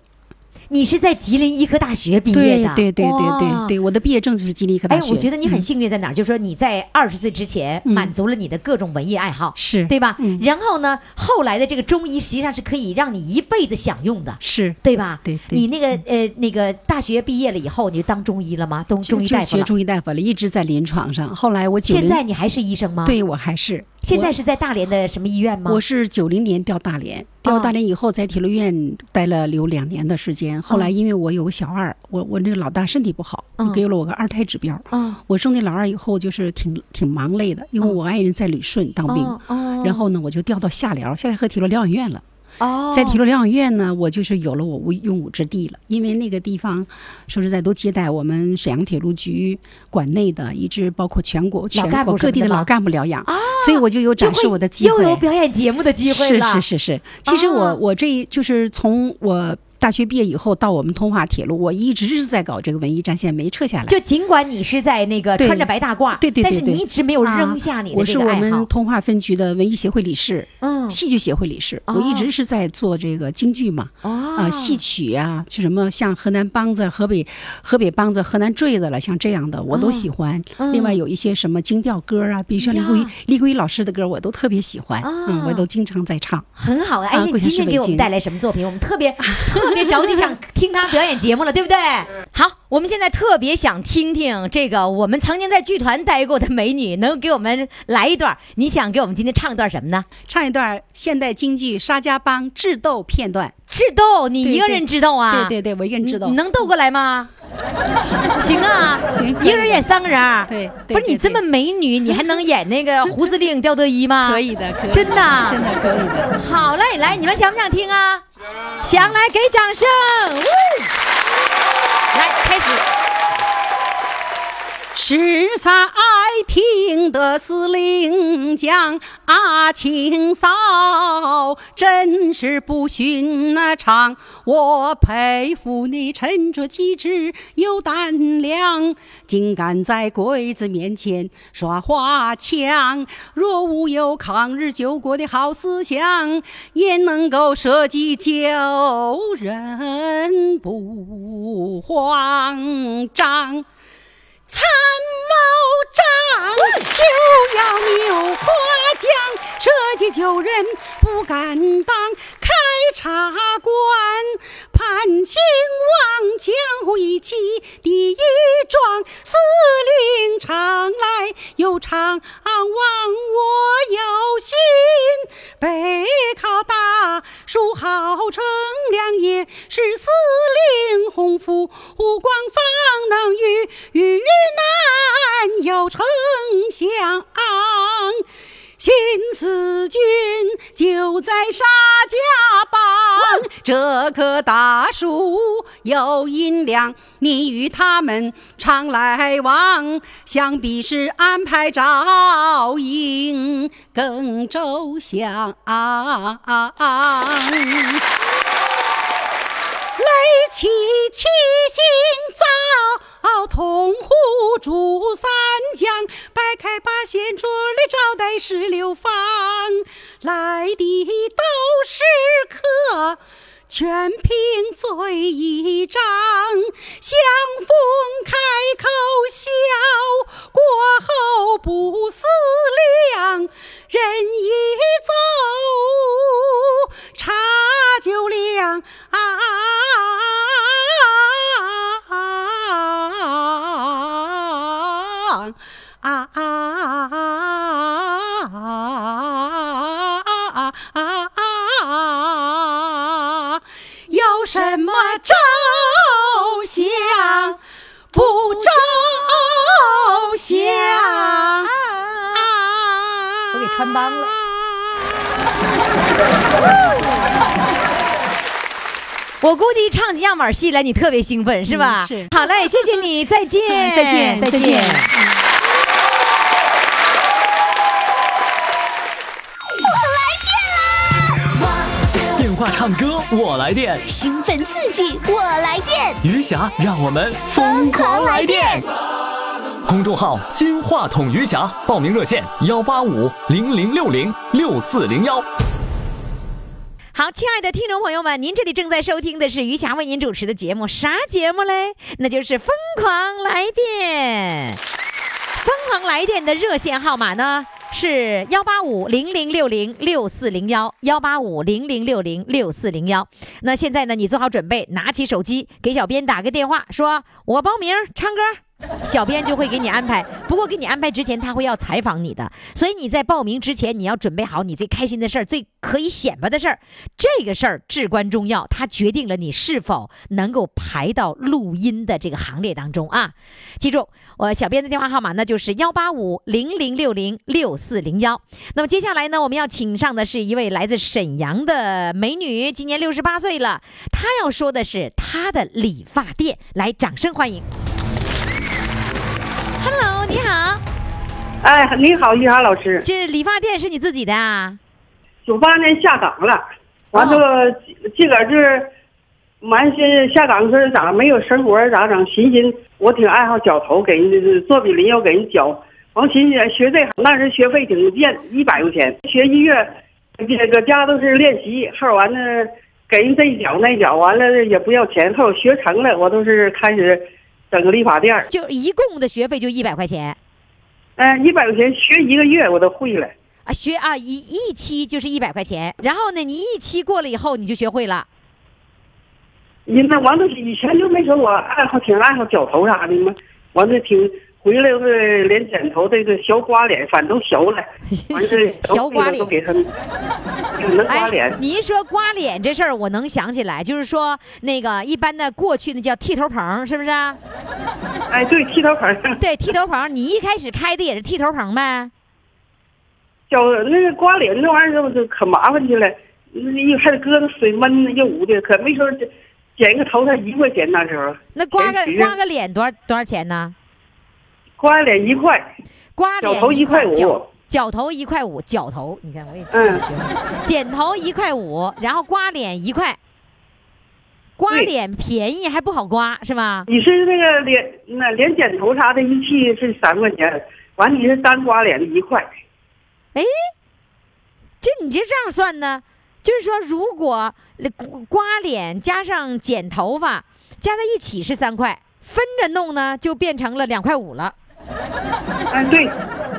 [SPEAKER 2] 你是在吉林医科大学毕业
[SPEAKER 5] 对
[SPEAKER 2] 的，
[SPEAKER 5] 对对对对
[SPEAKER 2] 哇。
[SPEAKER 5] 对，我的毕业证就是吉林医科大
[SPEAKER 2] 哎，
[SPEAKER 5] 学。
[SPEAKER 2] 我觉得你很
[SPEAKER 5] 嗯
[SPEAKER 2] 幸运在哪儿，就是说你在二十岁之前
[SPEAKER 5] 嗯
[SPEAKER 2] 满足了你的各种文艺爱好，
[SPEAKER 5] 是
[SPEAKER 2] 对吧？
[SPEAKER 5] 嗯
[SPEAKER 2] 然后呢，后来的这个中医实际上是可以让你一辈子享用的，
[SPEAKER 5] 是
[SPEAKER 2] 对吧？
[SPEAKER 5] 对对
[SPEAKER 2] 你那个呃那个大学毕业了以后，你就当中医了吗？当
[SPEAKER 5] 就
[SPEAKER 2] 中医大
[SPEAKER 5] 就
[SPEAKER 2] 夫
[SPEAKER 5] 学
[SPEAKER 2] 了。
[SPEAKER 5] 中医大夫了，一直在临床上。后来我九
[SPEAKER 2] 现
[SPEAKER 5] 零，
[SPEAKER 2] 在你还是医生吗？，
[SPEAKER 5] 对我还是
[SPEAKER 2] 现在
[SPEAKER 5] 我
[SPEAKER 2] 是在大连的什么医啊院吗？
[SPEAKER 5] 我是九零年调大连，调大连以后在铁路医院待了有两年的时间。后来因为我有个小二，我我这个老大身体不好，
[SPEAKER 2] 嗯
[SPEAKER 5] 给了我个二胎指标。
[SPEAKER 2] 啊，
[SPEAKER 5] 我生那老二以后，就是挺挺忙累的，因
[SPEAKER 2] 嗯
[SPEAKER 5] 为我爱人在旅顺当兵，
[SPEAKER 2] 哦哦
[SPEAKER 5] 然后呢，我就调到下辽，现在和铁路疗养院了。
[SPEAKER 2] 哦，
[SPEAKER 5] 在铁路疗养院呢，我就是有了我无用武之地了，因为那个地方说实在都接待我们沈阳铁路局管内的，一直包括全国全
[SPEAKER 2] 干部
[SPEAKER 5] 国
[SPEAKER 2] 什么
[SPEAKER 5] 各地
[SPEAKER 2] 的
[SPEAKER 5] 的
[SPEAKER 2] 吗
[SPEAKER 5] 老干部疗养，所以我就有
[SPEAKER 2] 就
[SPEAKER 5] 展示
[SPEAKER 2] 会
[SPEAKER 5] 我的机
[SPEAKER 2] 又
[SPEAKER 5] 会
[SPEAKER 2] 有。表演节目的机会
[SPEAKER 5] 是
[SPEAKER 2] 了。
[SPEAKER 5] 是是是，其实我、
[SPEAKER 2] 啊
[SPEAKER 5] 我这就是从我大学毕业以后到我们通化铁路，我一直是在搞这个文艺战线，没撤下来。
[SPEAKER 2] 就尽管你是在那个
[SPEAKER 5] 对
[SPEAKER 2] 穿着白大褂，
[SPEAKER 5] 对对对
[SPEAKER 2] 但是你
[SPEAKER 5] 对
[SPEAKER 2] 一直没有扔下
[SPEAKER 6] 啊
[SPEAKER 2] 你的
[SPEAKER 5] 我
[SPEAKER 2] 这
[SPEAKER 5] 是
[SPEAKER 2] 个
[SPEAKER 5] 我
[SPEAKER 2] 爱好
[SPEAKER 5] 们。通化分局的文艺协会理事，
[SPEAKER 2] 嗯
[SPEAKER 5] 戏剧协会理事，我一
[SPEAKER 2] 哦
[SPEAKER 5] 直是在做这个京剧嘛。啊、
[SPEAKER 2] 啊
[SPEAKER 5] 戏曲啊，是什么像河南梆子、河北河北梆子、河南坠子了，像这样
[SPEAKER 2] 啊
[SPEAKER 5] 的我都喜欢。另外有一些什么京调歌啊，比如像李桂
[SPEAKER 2] 嗯呀
[SPEAKER 5] 李桂老师的歌，我都特别喜欢，嗯，
[SPEAKER 2] 啊
[SPEAKER 5] 我都经常在唱。
[SPEAKER 2] 很好啊！哎，
[SPEAKER 5] 啊
[SPEAKER 2] 那你
[SPEAKER 5] 桂香
[SPEAKER 2] 今
[SPEAKER 5] 是
[SPEAKER 2] 天给
[SPEAKER 5] 北
[SPEAKER 2] 我
[SPEAKER 5] 京
[SPEAKER 2] 们带来什么作品？我们特别 特别着急想听他表演节目了，对不对？好，我们现在特别想听听这个我们曾经在剧团待过的美女，能给我们来一段？你想给我们今天唱一段什么呢？
[SPEAKER 6] 唱一段现代京剧《沙家浜》智斗片段。
[SPEAKER 2] 智斗，你
[SPEAKER 6] 对
[SPEAKER 2] 一个人智斗啊？
[SPEAKER 6] 对对对，我一个人知道
[SPEAKER 2] 你。能斗过来吗？行啊，
[SPEAKER 6] 行
[SPEAKER 2] 一个人演三个人儿。
[SPEAKER 6] 对对
[SPEAKER 2] 不是你
[SPEAKER 6] 对
[SPEAKER 2] 这么美女，你还能演那个胡司 令刁德一吗？
[SPEAKER 6] 可以的，可以的
[SPEAKER 2] 真的啊
[SPEAKER 6] 真的可以的。
[SPEAKER 2] 好嘞，来，你们想不想听啊？想，来给掌声。呜来，开始。
[SPEAKER 6] 是才听得司令讲，阿青嫂真是不寻那常，我佩服你沉着机智有胆量，竟敢在鬼子面前耍花枪。若无有抗日救国的好思想，也能够舍己救人不慌张。参谋长就要扭夸奖，舍己救人不敢当，开茶馆盼兴旺，江湖义气第一桩，司令常来又常往，我有心背靠大树好乘凉，也是司令鸿福无光方能御遇难有丞相。新四军就在沙家浜，这棵大树有阴凉，你与他们常来往，想必是安排照应更周详。垒起七星灶，同护煮三江，掰开八仙桌来招待十六方，来的都是客。全凭嘴一张，相逢开口笑，过后不思量，人一走，茶就凉。啊啊啊啊啊！有什么周详不周详？
[SPEAKER 2] 我
[SPEAKER 7] 哎
[SPEAKER 2] 给穿帮了。我估计唱起样板戏来，你特别兴奋是吧？
[SPEAKER 6] 嗯是
[SPEAKER 2] 好嘞，谢谢你，再见，
[SPEAKER 6] 嗯 再见
[SPEAKER 2] 再
[SPEAKER 6] 再
[SPEAKER 2] 见
[SPEAKER 6] 见。
[SPEAKER 4] 电话唱歌我来电，
[SPEAKER 1] 兴奋刺激，我来电！
[SPEAKER 4] 余霞让我们疯狂来电。公众号“金话筒余霞”，报名热线：幺八五零零六零六四零幺。
[SPEAKER 2] 好，亲爱的听众朋友们，您这里正在收听的是余霞为您主持的节目，啥节目嘞？那就是《疯狂来电》。疯狂来电的热线号码呢是幺八五零零六零六四零幺，幺八五零零六零六四零幺。那现在呢，你做好准备，拿起手机给小编打个电话，说我报名唱歌。小编就会给你安排，不过给你安排之前，他会要采访你的，所以你在报名之前，你要准备好你最开心的事儿、最可以显摆的事儿，这个事儿至关重要，它决定了你是否能够排到录音的这个行列当中啊！记住，我小编的电话号码呢就是幺八五零零六零六四零幺。那么接下来呢，我们要请上的是一位来自沈阳的美女，今年六十八岁了，她要说的是她的理发店，来，掌声欢迎。Hello，你好，
[SPEAKER 8] 哎，你好，玉霞老师，
[SPEAKER 2] 这理发店是你自己的啊？
[SPEAKER 8] 九八年下岗了，完之后自自个儿就是，完是下岗是咋没有生活咋整？寻寻我挺爱好绞头，给人做比邻要给人绞，完寻寻学这行那时学费挺贱，一百块钱学音乐，这个家都是练习，后完了给人这一脚那一脚，完了也不要钱，后学成了我都是开始整个理发店儿，
[SPEAKER 2] 就一共的学费就一百块钱
[SPEAKER 8] 哎，一百块钱学一个月我都会了。
[SPEAKER 2] 啊，学啊一一期就是一百块钱，然后呢，你一期过了以后你就学会了，
[SPEAKER 8] 人那完了，以前就没说我爱好挺爱好绞头啥的嘛，完了挺回来是连剪头这个小刮脸，反正都削 了，完事
[SPEAKER 2] 小刮脸
[SPEAKER 8] 都给 他们，能刮脸。
[SPEAKER 2] 哎，你一说刮脸这事儿，我能想起来，就是说那个一般的过去那叫剃头棚，是不是啊？
[SPEAKER 8] 哎，对，剃头盆，
[SPEAKER 2] 对，剃头棚，你一开始开的也是剃头棚呗？
[SPEAKER 8] 小那个刮脸那玩意儿就可麻烦去了，一开始搁那水闷的又捂的，可没说这剪个头才一块钱那时候，
[SPEAKER 2] 那刮个
[SPEAKER 8] 前十
[SPEAKER 2] 刮个脸多少多少钱呢？
[SPEAKER 8] 刮脸一块，
[SPEAKER 2] 刮脸
[SPEAKER 8] 绞头一块五
[SPEAKER 2] 绞绞头一块五，绞头，你看我也
[SPEAKER 8] 嗯
[SPEAKER 2] 学会，剪头一块五，然后刮脸一块，刮
[SPEAKER 8] 对
[SPEAKER 2] 脸便宜还不好刮是吧？
[SPEAKER 8] 你是那个脸那脸剪头啥的，一剃是三块钱，完你是单刮脸一块，
[SPEAKER 2] 哎，这你这这样算呢？就是说，如果呃刮刮脸加上剪头发加在一起是三块，分着弄呢就变成了两块五了。
[SPEAKER 8] 哎对，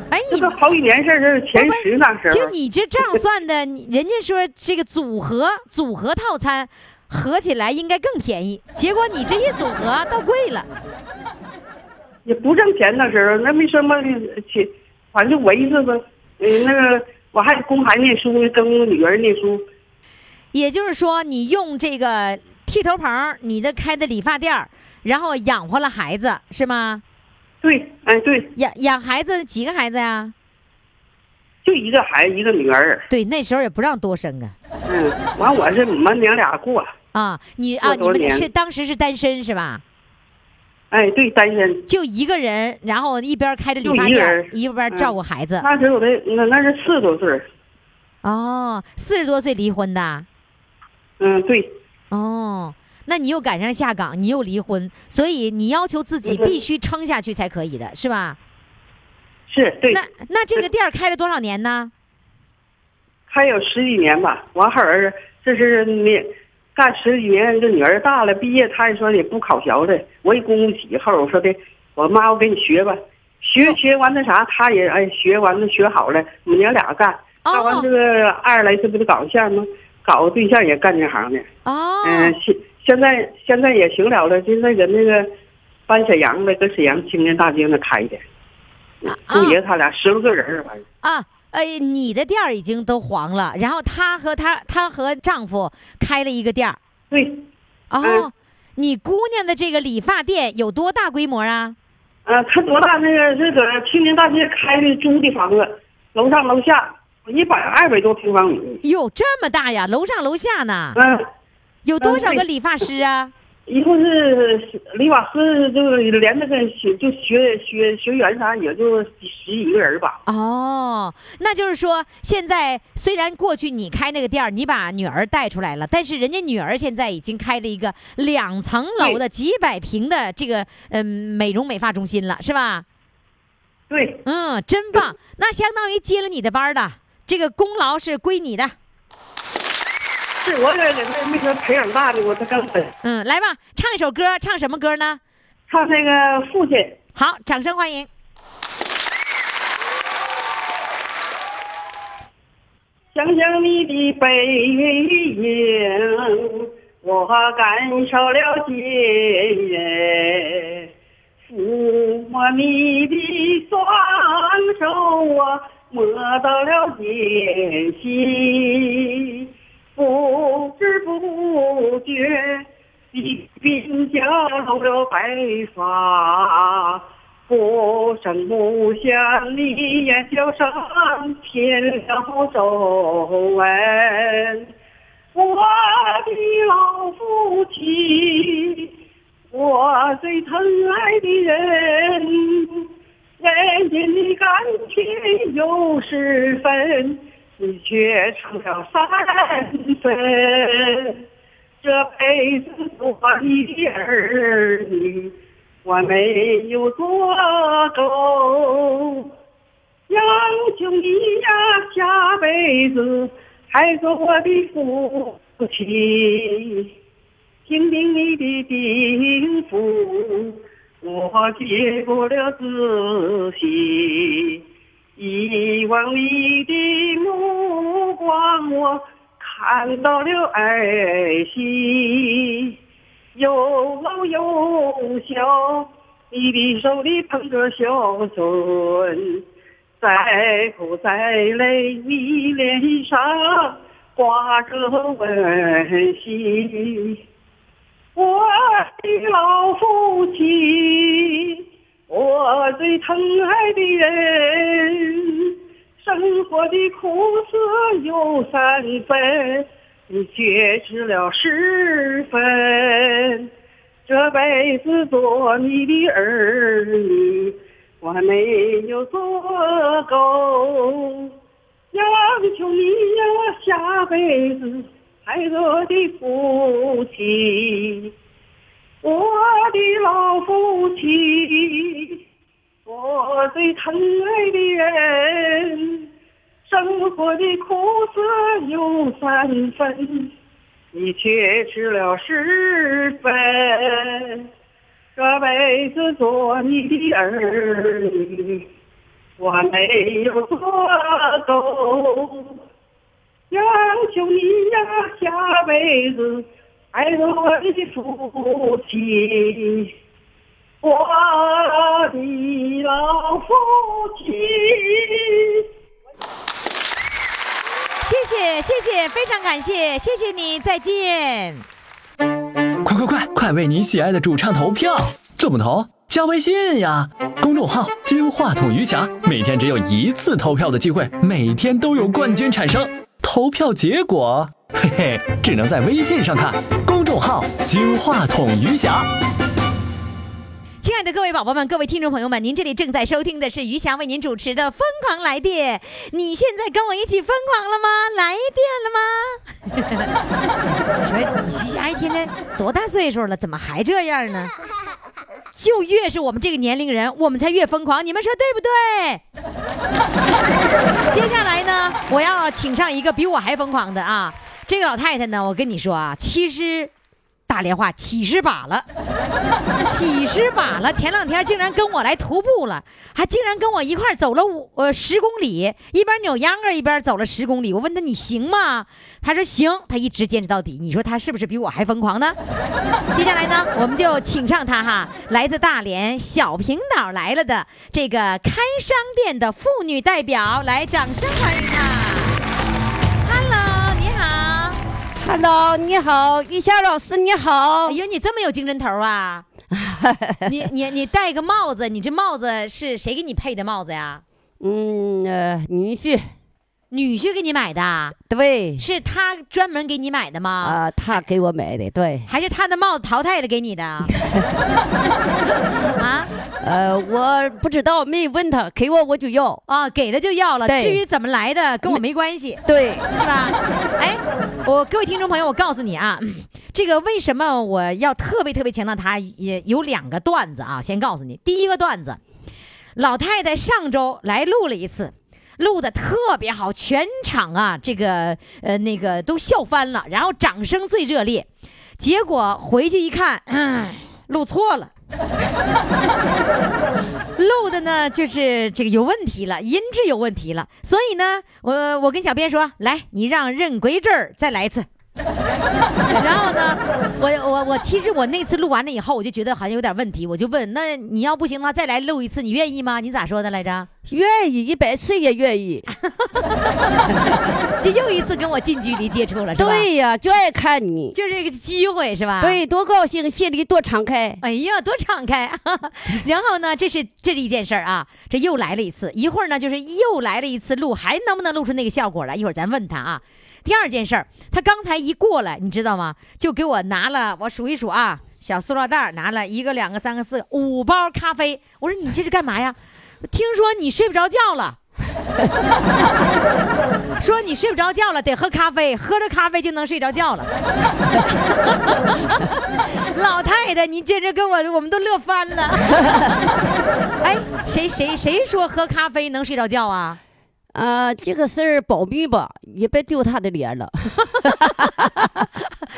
[SPEAKER 2] 哎，
[SPEAKER 8] 这
[SPEAKER 2] 你
[SPEAKER 8] 都好几年事儿，这是前十那时
[SPEAKER 2] 就
[SPEAKER 8] 候，
[SPEAKER 2] 你这账算的，你人家说这个组合组合套餐合起来应该更便宜，结果你这一组合倒贵了。
[SPEAKER 8] 也不挣钱那时候，那没什么钱，反正我意思吧，嗯那个我还公孩念书，跟我女儿念书，
[SPEAKER 2] 也就是说，你用这个剃头棚，你的开的理发店儿，然后养活了孩子是吗？
[SPEAKER 8] 对，哎对，
[SPEAKER 2] 养养孩子几个孩子呀？
[SPEAKER 8] 就一个孩子一个女儿。
[SPEAKER 2] 对，那时候也不让多生啊
[SPEAKER 8] 嗯，完我是你们娘俩过，
[SPEAKER 2] 啊！你啊，
[SPEAKER 8] 过
[SPEAKER 2] 你
[SPEAKER 8] 多
[SPEAKER 2] 们
[SPEAKER 8] 年
[SPEAKER 2] 是当时是单身是吧？
[SPEAKER 8] 哎，对，单身。
[SPEAKER 2] 就一个人，然后一边开着理
[SPEAKER 8] 就
[SPEAKER 2] 发
[SPEAKER 8] 一个
[SPEAKER 2] 店儿
[SPEAKER 8] 人，嗯
[SPEAKER 2] 一边照顾孩子。
[SPEAKER 8] 那时候我的那那是四十多岁儿，
[SPEAKER 2] 哦，四十多岁离婚的啊。
[SPEAKER 8] 嗯，对，
[SPEAKER 2] 哦，那你又赶上下岗，你又离婚，所以你要求自己
[SPEAKER 8] 嗯哼
[SPEAKER 2] 必须撑下去才可以的，是吧？
[SPEAKER 8] 是对，
[SPEAKER 2] 那那这个店儿开了多少年呢？
[SPEAKER 8] 还有十几年吧。完后儿这是你干十几年，这女儿大了，毕业，她也说也不考学的，我也供不起。后儿我说的，我妈我给你学吧，
[SPEAKER 2] 哦
[SPEAKER 8] 学学完那啥，她也哎学完了学好了，我们娘俩干，
[SPEAKER 2] 哦
[SPEAKER 8] 干完这个二十来岁不就搞对象吗？搞个对象也干这行的。
[SPEAKER 2] 哦，
[SPEAKER 8] 嗯，现现在现在也行了了，现在搁那个搬沈阳的，搁沈阳青年大街那开的，杜爷他俩十多个人儿完了。
[SPEAKER 2] 啊，哎，你的店儿已经都黄了，然后她和她她和丈夫开了一个店儿。
[SPEAKER 8] 对，
[SPEAKER 2] 哦，
[SPEAKER 8] 嗯
[SPEAKER 2] 你姑娘的这个理发店有多大规模啊？
[SPEAKER 8] 呃，他多大那个是搁青年大街开的租的房子，楼上楼下一百二百多平方米。
[SPEAKER 2] 哟，这么大呀，楼上楼下呢，
[SPEAKER 8] 嗯、
[SPEAKER 2] 有多少
[SPEAKER 8] 嗯
[SPEAKER 2] 个
[SPEAKER 8] 对
[SPEAKER 2] 理发师啊？
[SPEAKER 8] 一共是理发师，就是连那个学就学学学员啥，也就十几个人吧。
[SPEAKER 2] 哦，那就是说，现在虽然过去你开那个店儿，你把女儿带出来了，但是人家女儿现在已经开了一个两层楼的几百平的这个嗯美容美发中心了，是吧？
[SPEAKER 8] 对，
[SPEAKER 2] 嗯，真棒！那相当于接了你的班儿的，这个功劳是归你的。
[SPEAKER 8] 是我给给他没说培养大的，我他刚本
[SPEAKER 2] 嗯，来吧，唱一首歌，唱什么歌呢？
[SPEAKER 8] 唱那个父亲。
[SPEAKER 2] 好，掌声欢迎。
[SPEAKER 8] 想想你的背影，我感受了解。抚摸你的双手，我摸到了艰辛。不知不觉，你鬓角露了白发。不声不响，你也就上天了皱纹。我的老父亲，我最疼爱的人，人间的甘甜有十分，你却成了三分。这辈子做你的儿女，我没有做够。英雄你呀，下辈子还做我的父亲。听听你的叮嘱，我接不了自己。遗忘你的目光，我看到了儿媳。有老有小，你的手里捧着孝顺，再苦再累，你脸上挂着温馨。我的老父亲，我最疼爱的人，生活的苦涩有三分，你却吃了十分。这辈子做你的儿女，我没有做够，央求你呀，下辈子还做的父亲。我的老父亲，我最疼爱的人，生活的苦涩有三分，你却吃了十分。这辈子做你的儿女，我没有做够。央求你呀，下辈子还做我的父亲，我的老父亲。
[SPEAKER 2] 谢谢谢谢，非常感谢，谢谢你，再见。
[SPEAKER 4] 快快快，快为你喜爱的主唱投票！怎么投？加微信呀，公众号“金话筒余霞”，每天只有一次投票的机会，每天都有冠军产生。投票结果，嘿嘿，只能在微信上看。公众号“金话筒余霞”。
[SPEAKER 2] 亲爱的各位宝宝们、各位听众朋友们，您这里正在收听的是余霞为您主持的《疯狂来电》，你现在跟我一起疯狂了吗？来电 了吗？你说余霞一天天多大岁数了，怎么还这样呢？就越是我们这个年龄人，我们才越疯狂，你们说对不对？ 接下来呢，我要请上一个比我还疯狂的啊！这个老太太呢，我跟你说啊，其实打电话七十把了，七十把了。前两天竟然跟我来徒步了，还竟然跟我一块儿走了五呃十公里，一边扭秧歌一边走了十公里。我问她你行吗？她说行，她一直坚持到底。你说她是不是比我还疯狂呢？接下来呢，我们就请上她哈，来自大连小平岛来了的这个开商店的妇女代表，来掌声欢迎她。Hello，你好。
[SPEAKER 7] Hello，你好，玉霞老师，你好
[SPEAKER 2] 哎。呀，你这么有精神头啊！ 你你你戴个帽子，你这帽子是谁给你配的帽子呀？
[SPEAKER 7] 嗯，呃，女婿，
[SPEAKER 2] 女婿给你买的，
[SPEAKER 7] 对，
[SPEAKER 2] 是他专门给你买的吗？
[SPEAKER 7] 啊、他给我买的，对，
[SPEAKER 2] 还是他的帽子淘汰了给你的？ 啊
[SPEAKER 7] 呃，我不知道，没问他，给我我就要，
[SPEAKER 2] 哦，给了就要了，
[SPEAKER 7] 对
[SPEAKER 2] 至于怎么来的跟我没关系。
[SPEAKER 7] 对，
[SPEAKER 2] 是吧？哎，我各位听众朋友，我告诉你啊，嗯这个为什么我要特别特别强调它，也有两个段子啊。先告诉你，第一个段子，老太太上周来录了一次。录的特别好，全场啊，这个呃那个都笑翻了，然后掌声最热烈。结果回去一看，唉录错了，录的呢就是这个有问题了，音质有问题了，所以呢，我我跟小编说，来，你让任归正儿再来一次。 然后呢，我我我其实我那次录完了以后，我就觉得好像有点问题，我就问，那你要不行的话再来录一次，你愿意吗？你咋说的来着？
[SPEAKER 7] 愿意一百次也愿意。
[SPEAKER 2] 这又一次跟我近距离接触了，是吧？，
[SPEAKER 7] 对呀、就啊爱看你，
[SPEAKER 2] 就这个机会是吧？。
[SPEAKER 7] 对，多高兴，心里多敞开。
[SPEAKER 2] 哎呀，多敞开！ 然后呢，这是这是一件事儿啊，这又来了一次，一会儿呢就是又来了一次录，还能不能录出那个效果来？一会儿咱问他啊。第二件事儿，他刚才一过来，你知道吗？就给我拿了，我数一数啊，小塑料袋儿拿了一个、两个、三个、四个、五包咖啡。我说你这是干嘛呀？听说你睡不着觉了。 说你睡不着觉了，得喝咖啡，喝着咖啡就能睡着觉了。老太太，你这这跟我，我们都乐翻了。哎，谁谁谁说喝咖啡能睡着觉啊？
[SPEAKER 7] 啊、这个事儿保密吧，也别丢他的脸了。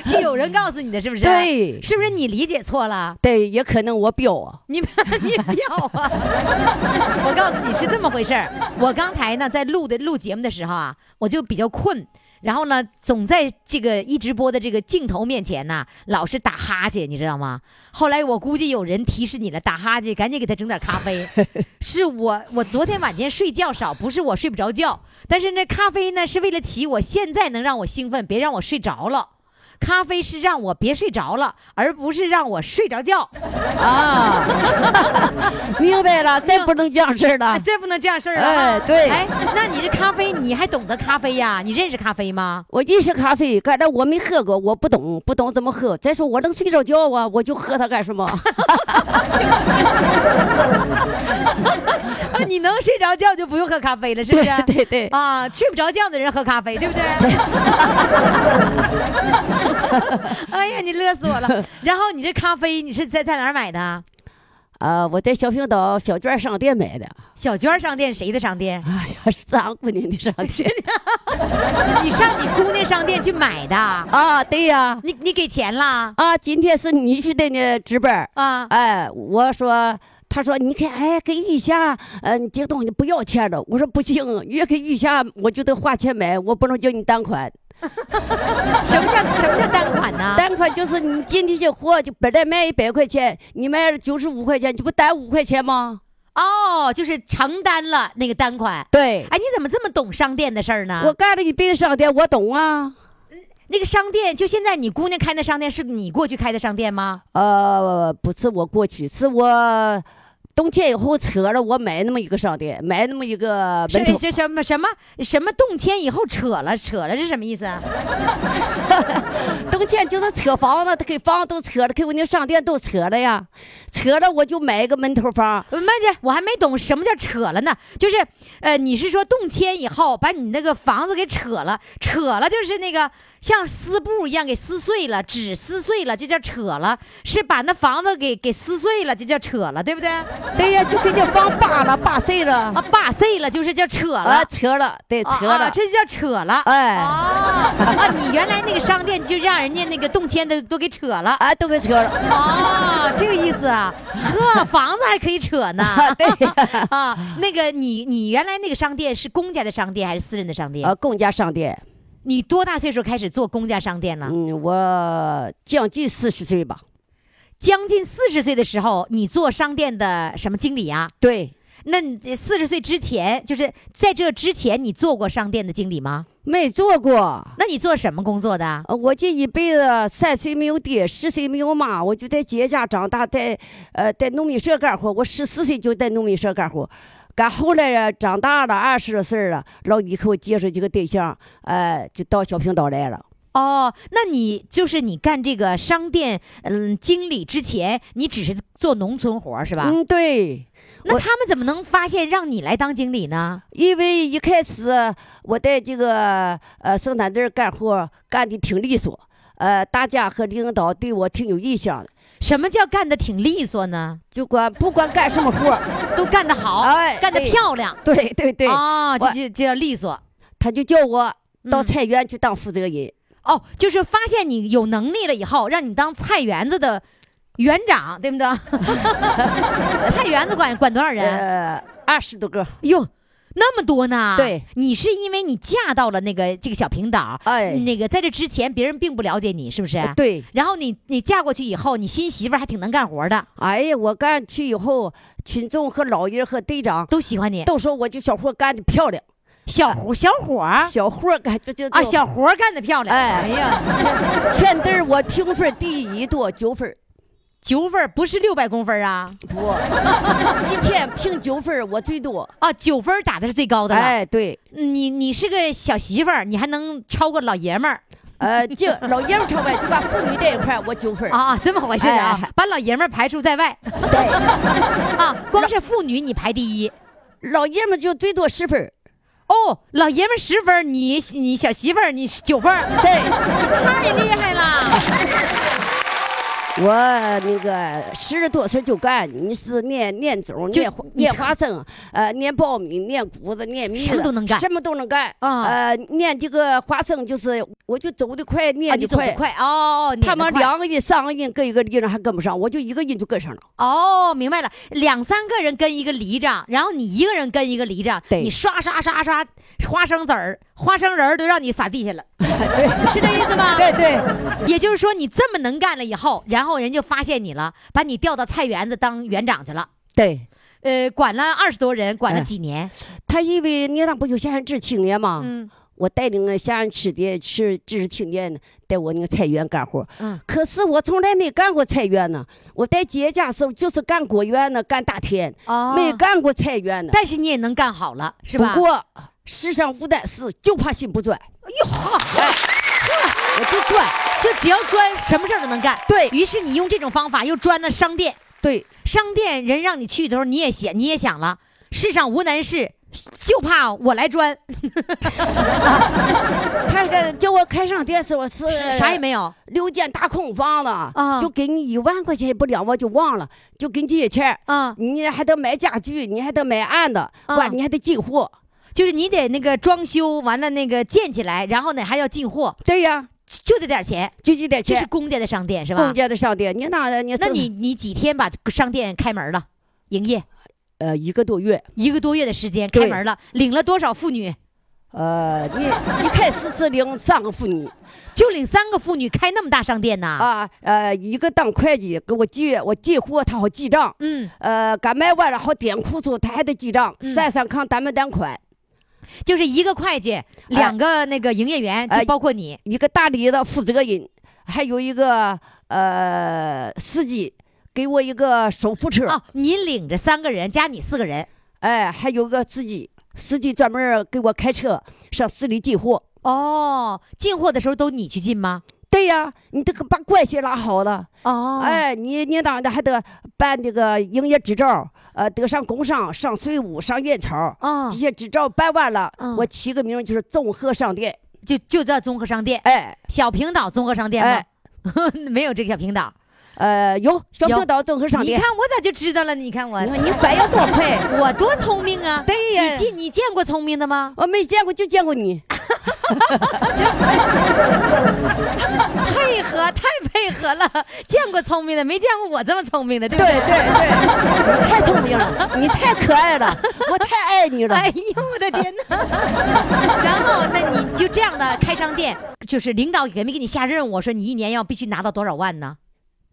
[SPEAKER 2] 是有人告诉你的，是不是？，
[SPEAKER 7] 对，
[SPEAKER 2] 是不是你理解错了？
[SPEAKER 7] 对，也可能我彪啊。
[SPEAKER 2] 你 你票啊！ 我告诉你是这么回事儿，我刚才呢在录的录节目的时候啊，我就比较困。然后呢，总在这个一直播的这个镜头面前呐，老是打哈欠，你知道吗？后来我估计有人提示你了，打哈欠，赶紧给他整点咖啡。 是我，我昨天晚间睡觉少，不是我睡不着觉，但是那咖啡呢，是为了起我现在能让我兴奋，别让我睡着了。咖啡是让我别睡着了，而不是让我睡着觉。啊，
[SPEAKER 7] 明白了，再不能这样式儿了。
[SPEAKER 2] 这不能这样事儿啊！
[SPEAKER 7] 哎对
[SPEAKER 2] 哎，那你这咖啡，你还懂得咖啡呀？你认识咖啡吗？
[SPEAKER 7] 我认识咖啡，刚才我没喝过，我不懂，不懂怎么喝。再说我能睡着觉啊，我就喝它干 什么？
[SPEAKER 2] 啊你能睡着觉就不用喝咖啡了，是不是？
[SPEAKER 7] 对对对
[SPEAKER 2] 啊，睡不着觉的人喝咖啡，对不 对？哎呀，你乐死我了！然后你这咖啡你是在在哪儿买的？
[SPEAKER 7] 啊，我在小平岛小娟商店买的。
[SPEAKER 2] 小娟儿商店谁的商店？
[SPEAKER 7] 哎呀，是俺姑娘的商 店
[SPEAKER 2] 你上你姑娘商店去买的？
[SPEAKER 7] 啊，对呀、
[SPEAKER 2] 你你给钱啦？
[SPEAKER 7] 啊，今天是女婿的呢值班儿
[SPEAKER 2] 啊
[SPEAKER 7] 哎，我说，他说，你看，哎，给玉霞，呃，你这个东西不要钱了。我说不行，越给玉霞，我就得花钱买，我不能叫你单款。
[SPEAKER 2] 什么叫什么叫单款呢？
[SPEAKER 7] 单款就是你今天这货就本来卖一百块钱，你卖九十五块钱，你不单五块钱吗？
[SPEAKER 2] 哦，就是承担了那个单款。
[SPEAKER 7] 对，
[SPEAKER 2] 哎，你怎么这么懂商店的事儿呢？
[SPEAKER 7] 我干了一辈子商店，我懂啊。
[SPEAKER 2] 那个商店，就现在你姑娘开的商店，是你过去开的商店吗？
[SPEAKER 7] 呃，不是我过去，是我冬天以后扯了，我买那么一个商店，买那么一个
[SPEAKER 2] 是
[SPEAKER 7] 门头。
[SPEAKER 2] 这什么什么什么动迁以后扯了扯了是什么意思啊？
[SPEAKER 7] 冬天就是扯房子，他给房子都扯了，给我那商店都扯了呀，扯了我就买一个门头房。
[SPEAKER 2] 呃慢点，我还没懂什么叫扯了呢。就是呃，你是说动迁以后把你那个房子给扯了，扯了就是那个像撕布一样给撕碎了，纸撕碎了就叫扯了，是把那房子给给撕碎了就叫扯了，对不对？啊，
[SPEAKER 7] 对呀，就给那房扒了，扒碎了，
[SPEAKER 2] 扒碎了就是叫扯了
[SPEAKER 7] 啊，。扯了，对，
[SPEAKER 2] 啊
[SPEAKER 7] 扯
[SPEAKER 2] 啊
[SPEAKER 7] 了，
[SPEAKER 2] 这就叫扯了。
[SPEAKER 7] 哎
[SPEAKER 2] 啊啊！你原来那个商店就让人家那个动迁的都给扯了。
[SPEAKER 7] 啊，都给扯了。
[SPEAKER 2] 哦，这个意思 啊，呵，房子还可以扯呢。
[SPEAKER 7] 对
[SPEAKER 2] 啊，那个你你原来那个商店是公家的商店还是私人的商店？
[SPEAKER 7] 呃，公家商店，
[SPEAKER 2] 你多大岁数开始做公家商店了？
[SPEAKER 7] 嗯，我将近四十岁吧。
[SPEAKER 2] 将近四十岁的时候，你做商店的什么经理啊？
[SPEAKER 7] 对，
[SPEAKER 2] 那你四十岁之前，就是在这之前，你做过商店的经理吗？
[SPEAKER 7] 没做过。
[SPEAKER 2] 那你做什么工作的啊？
[SPEAKER 7] 呃我这一辈子三岁没有爹，十岁没有妈，我就在姐家长大，在呃在农民社干活。我十四岁就在农民社干活，赶后来啊长大了，二十多岁了，老姨给我介绍几个对象，呃，就到小平岛来了。
[SPEAKER 2] 哦，那你就是你干这个商店嗯经理之前，你只是做农村活儿是吧？
[SPEAKER 7] 嗯，对，
[SPEAKER 2] 那
[SPEAKER 7] 我
[SPEAKER 2] 他们怎么能发现让你来当经理呢？
[SPEAKER 7] 因为一开始我在这个呃生产队儿干活，干的挺利索，呃，大家和领导对我挺有印象的，
[SPEAKER 2] 什么叫干得挺利索呢？
[SPEAKER 7] 就管不管干什么活儿，
[SPEAKER 2] 都干得好，
[SPEAKER 7] 哎
[SPEAKER 2] 干得
[SPEAKER 7] 对
[SPEAKER 2] 漂亮。
[SPEAKER 7] 对对对，
[SPEAKER 2] 哦，这
[SPEAKER 7] 我
[SPEAKER 2] 这这叫利索。
[SPEAKER 7] 他就叫我到
[SPEAKER 2] 嗯
[SPEAKER 7] 菜园去当负责人。
[SPEAKER 2] 哦，就是发现你有能力了以后，让你当菜园子的园长，对不 对？菜园子管管多少人？
[SPEAKER 7] 呃，二十多个。
[SPEAKER 2] 哟，那么多呢？
[SPEAKER 7] 对，
[SPEAKER 2] 你是因为你嫁到了那个这个小平岛，
[SPEAKER 7] 哎
[SPEAKER 2] 那个在这之前别人并不了解你，是不是？
[SPEAKER 7] 呃。对，
[SPEAKER 2] 然后你你嫁过去以后，你新媳妇儿还挺能干活的，
[SPEAKER 7] 哎呀，我干去以后，群众和老爷和队长
[SPEAKER 2] 都喜欢你。
[SPEAKER 7] 都说我这小伙干的漂亮，
[SPEAKER 2] 小伙小伙儿
[SPEAKER 7] 小伙干这就
[SPEAKER 2] 啊，小伙儿干得漂亮。
[SPEAKER 7] 啊哎
[SPEAKER 2] 呀，
[SPEAKER 7] 全队儿我评分第一多九分儿，
[SPEAKER 2] 九分儿不是六百公分儿啊。
[SPEAKER 7] 不，一天评九分儿我最多。
[SPEAKER 2] 啊，九分儿打的是最高的了。
[SPEAKER 7] 哎，对，
[SPEAKER 2] 你你是个小媳妇儿，你还能超过老爷们儿
[SPEAKER 7] 呃，这老爷们儿超外就把妇女带一块儿我九分儿，
[SPEAKER 2] 啊？这么回事啊？
[SPEAKER 7] 哎
[SPEAKER 2] 把老爷们儿排除在外。 啊，光是妇女你排第一
[SPEAKER 7] 老爷们儿就最多十分儿。
[SPEAKER 2] 哦，老爷们儿十分儿，你你小媳妇儿你九分儿，
[SPEAKER 7] 对，
[SPEAKER 2] 太厉害了。
[SPEAKER 7] 我那个十多岁就干，你是念念种、
[SPEAKER 2] 就
[SPEAKER 7] 念花
[SPEAKER 2] 你
[SPEAKER 7] 念
[SPEAKER 2] 看
[SPEAKER 7] 花生，呃，念苞米、念谷子、念蜜
[SPEAKER 2] 什么
[SPEAKER 7] 了
[SPEAKER 2] 都能干
[SPEAKER 7] 什么都能干
[SPEAKER 2] 啊
[SPEAKER 7] 呃，念这个花生就是，我就走得快，
[SPEAKER 2] 啊，
[SPEAKER 7] 念
[SPEAKER 2] 你
[SPEAKER 7] 得
[SPEAKER 2] 走
[SPEAKER 7] 快。
[SPEAKER 2] 得快哦，
[SPEAKER 7] 他们
[SPEAKER 2] 撵得快
[SPEAKER 7] 两个人、三个人跟一个里长还跟不上，我就一个人就跟上了。
[SPEAKER 2] 哦，明白了，两三个人跟一个里长，然后你一个人跟一个里长，
[SPEAKER 7] 对
[SPEAKER 2] 你刷刷刷刷，花生籽儿、花生仁儿都让你撒地下了，是这意思吗？
[SPEAKER 7] 对对，
[SPEAKER 2] 也就是说你这么能干了以后，然后人就发现你了，把你调到菜园子当园长去了，
[SPEAKER 7] 对
[SPEAKER 2] 呃，管了二十多人，管了
[SPEAKER 7] 哎
[SPEAKER 2] 几年，
[SPEAKER 7] 他因为你那不有县志青年吗？
[SPEAKER 2] 嗯，
[SPEAKER 7] 我带领个乡吃的是知识青年呢，带我那个菜园干活。
[SPEAKER 2] 嗯，
[SPEAKER 7] 可是我从来没干过菜园呢，我在节假时候就是干果园呢，干大田，
[SPEAKER 2] 哦
[SPEAKER 7] 没干过菜园呢。
[SPEAKER 2] 但是你也能干好了，是吧？
[SPEAKER 7] 不过世上无难事，就怕心不专。哎呦，我就专。
[SPEAKER 2] 就只要专，什么事儿都能干。
[SPEAKER 7] 对
[SPEAKER 2] 于是你用这种方法又专了商店，
[SPEAKER 7] 对，
[SPEAKER 2] 商店人让你去的时候，你也想，你也想了，世上无难事，就怕我来专，
[SPEAKER 7] 他给叫我开上电视，我是
[SPEAKER 2] 是啥也没有。
[SPEAKER 7] 六间大空房子
[SPEAKER 2] 啊
[SPEAKER 7] 就给你一万块钱也不两万，就忘了，就给你这些钱
[SPEAKER 2] 啊
[SPEAKER 7] 你还得买家具，你还得买案子，
[SPEAKER 2] 啊
[SPEAKER 7] 完你还得进货，
[SPEAKER 2] 就是你得那个装修完了，那个建起来，然后呢还要进货，
[SPEAKER 7] 对呀，
[SPEAKER 2] 就得点钱，
[SPEAKER 7] 就这点
[SPEAKER 2] 这是
[SPEAKER 7] 钱，
[SPEAKER 2] 公家的商店是吧？啊
[SPEAKER 7] 公家的商店，你哪你
[SPEAKER 2] 那你你几天把商店开门了，营业
[SPEAKER 7] 呃一个多月，
[SPEAKER 2] 一个多月的时间开
[SPEAKER 7] 对
[SPEAKER 2] 门了，领了多少妇女？
[SPEAKER 7] 呃，你一开始是领三个妇女
[SPEAKER 2] 就领三个妇女开那么大商店呐？
[SPEAKER 7] 啊，呃，一个当会计给我记，我记货，他好记账，
[SPEAKER 2] 嗯，
[SPEAKER 7] 呃，赶卖完了好点库存，他还得记账，算算看单没单款。
[SPEAKER 2] 就是一个会计，两个那个营业员，
[SPEAKER 7] 哎
[SPEAKER 2] 就包括你。
[SPEAKER 7] 一个大理的负责人，还有一个呃司机，给我一个手扶车，
[SPEAKER 2] 哦，你领着三个人，加你四个人。
[SPEAKER 7] 哎，还有个司机，司机专门儿给我开车上市里进货。
[SPEAKER 2] 哦，进货的时候都你去进吗？
[SPEAKER 7] 对呀，你这个把关系拉好了，
[SPEAKER 2] 哦，
[SPEAKER 7] 哎，你你当的还得办这个营业执照，呃，得上工商、上税务、上烟草，
[SPEAKER 2] 哦
[SPEAKER 7] 这些执照办完了，
[SPEAKER 2] 嗯
[SPEAKER 7] 我起个名儿就是综合商店，
[SPEAKER 2] 就就叫综合商店，
[SPEAKER 7] 哎
[SPEAKER 2] 小平岛综合商店吗
[SPEAKER 7] 哎？
[SPEAKER 2] 没有这个小平岛。
[SPEAKER 7] 呃，有小
[SPEAKER 2] 有
[SPEAKER 7] 平岛综合商
[SPEAKER 2] 你
[SPEAKER 7] 店
[SPEAKER 2] 看，我咋就知道了？你看我，
[SPEAKER 7] 你看你反应多快。
[SPEAKER 2] 我多聪明啊！
[SPEAKER 7] 对呀
[SPEAKER 2] 你见你见过聪明 的吗？
[SPEAKER 7] 我没见过，就见过 你。
[SPEAKER 2] 配合太配合了，见过聪明的，没见过我这么聪明的，对不对？
[SPEAKER 7] 对，你太聪明了，你太可爱了，我太爱你了。
[SPEAKER 2] 哎呦我的天哪！ 然后那你就这样的开商店，就是领导也没给你下任务，我说你一年要必须拿到多少万呢？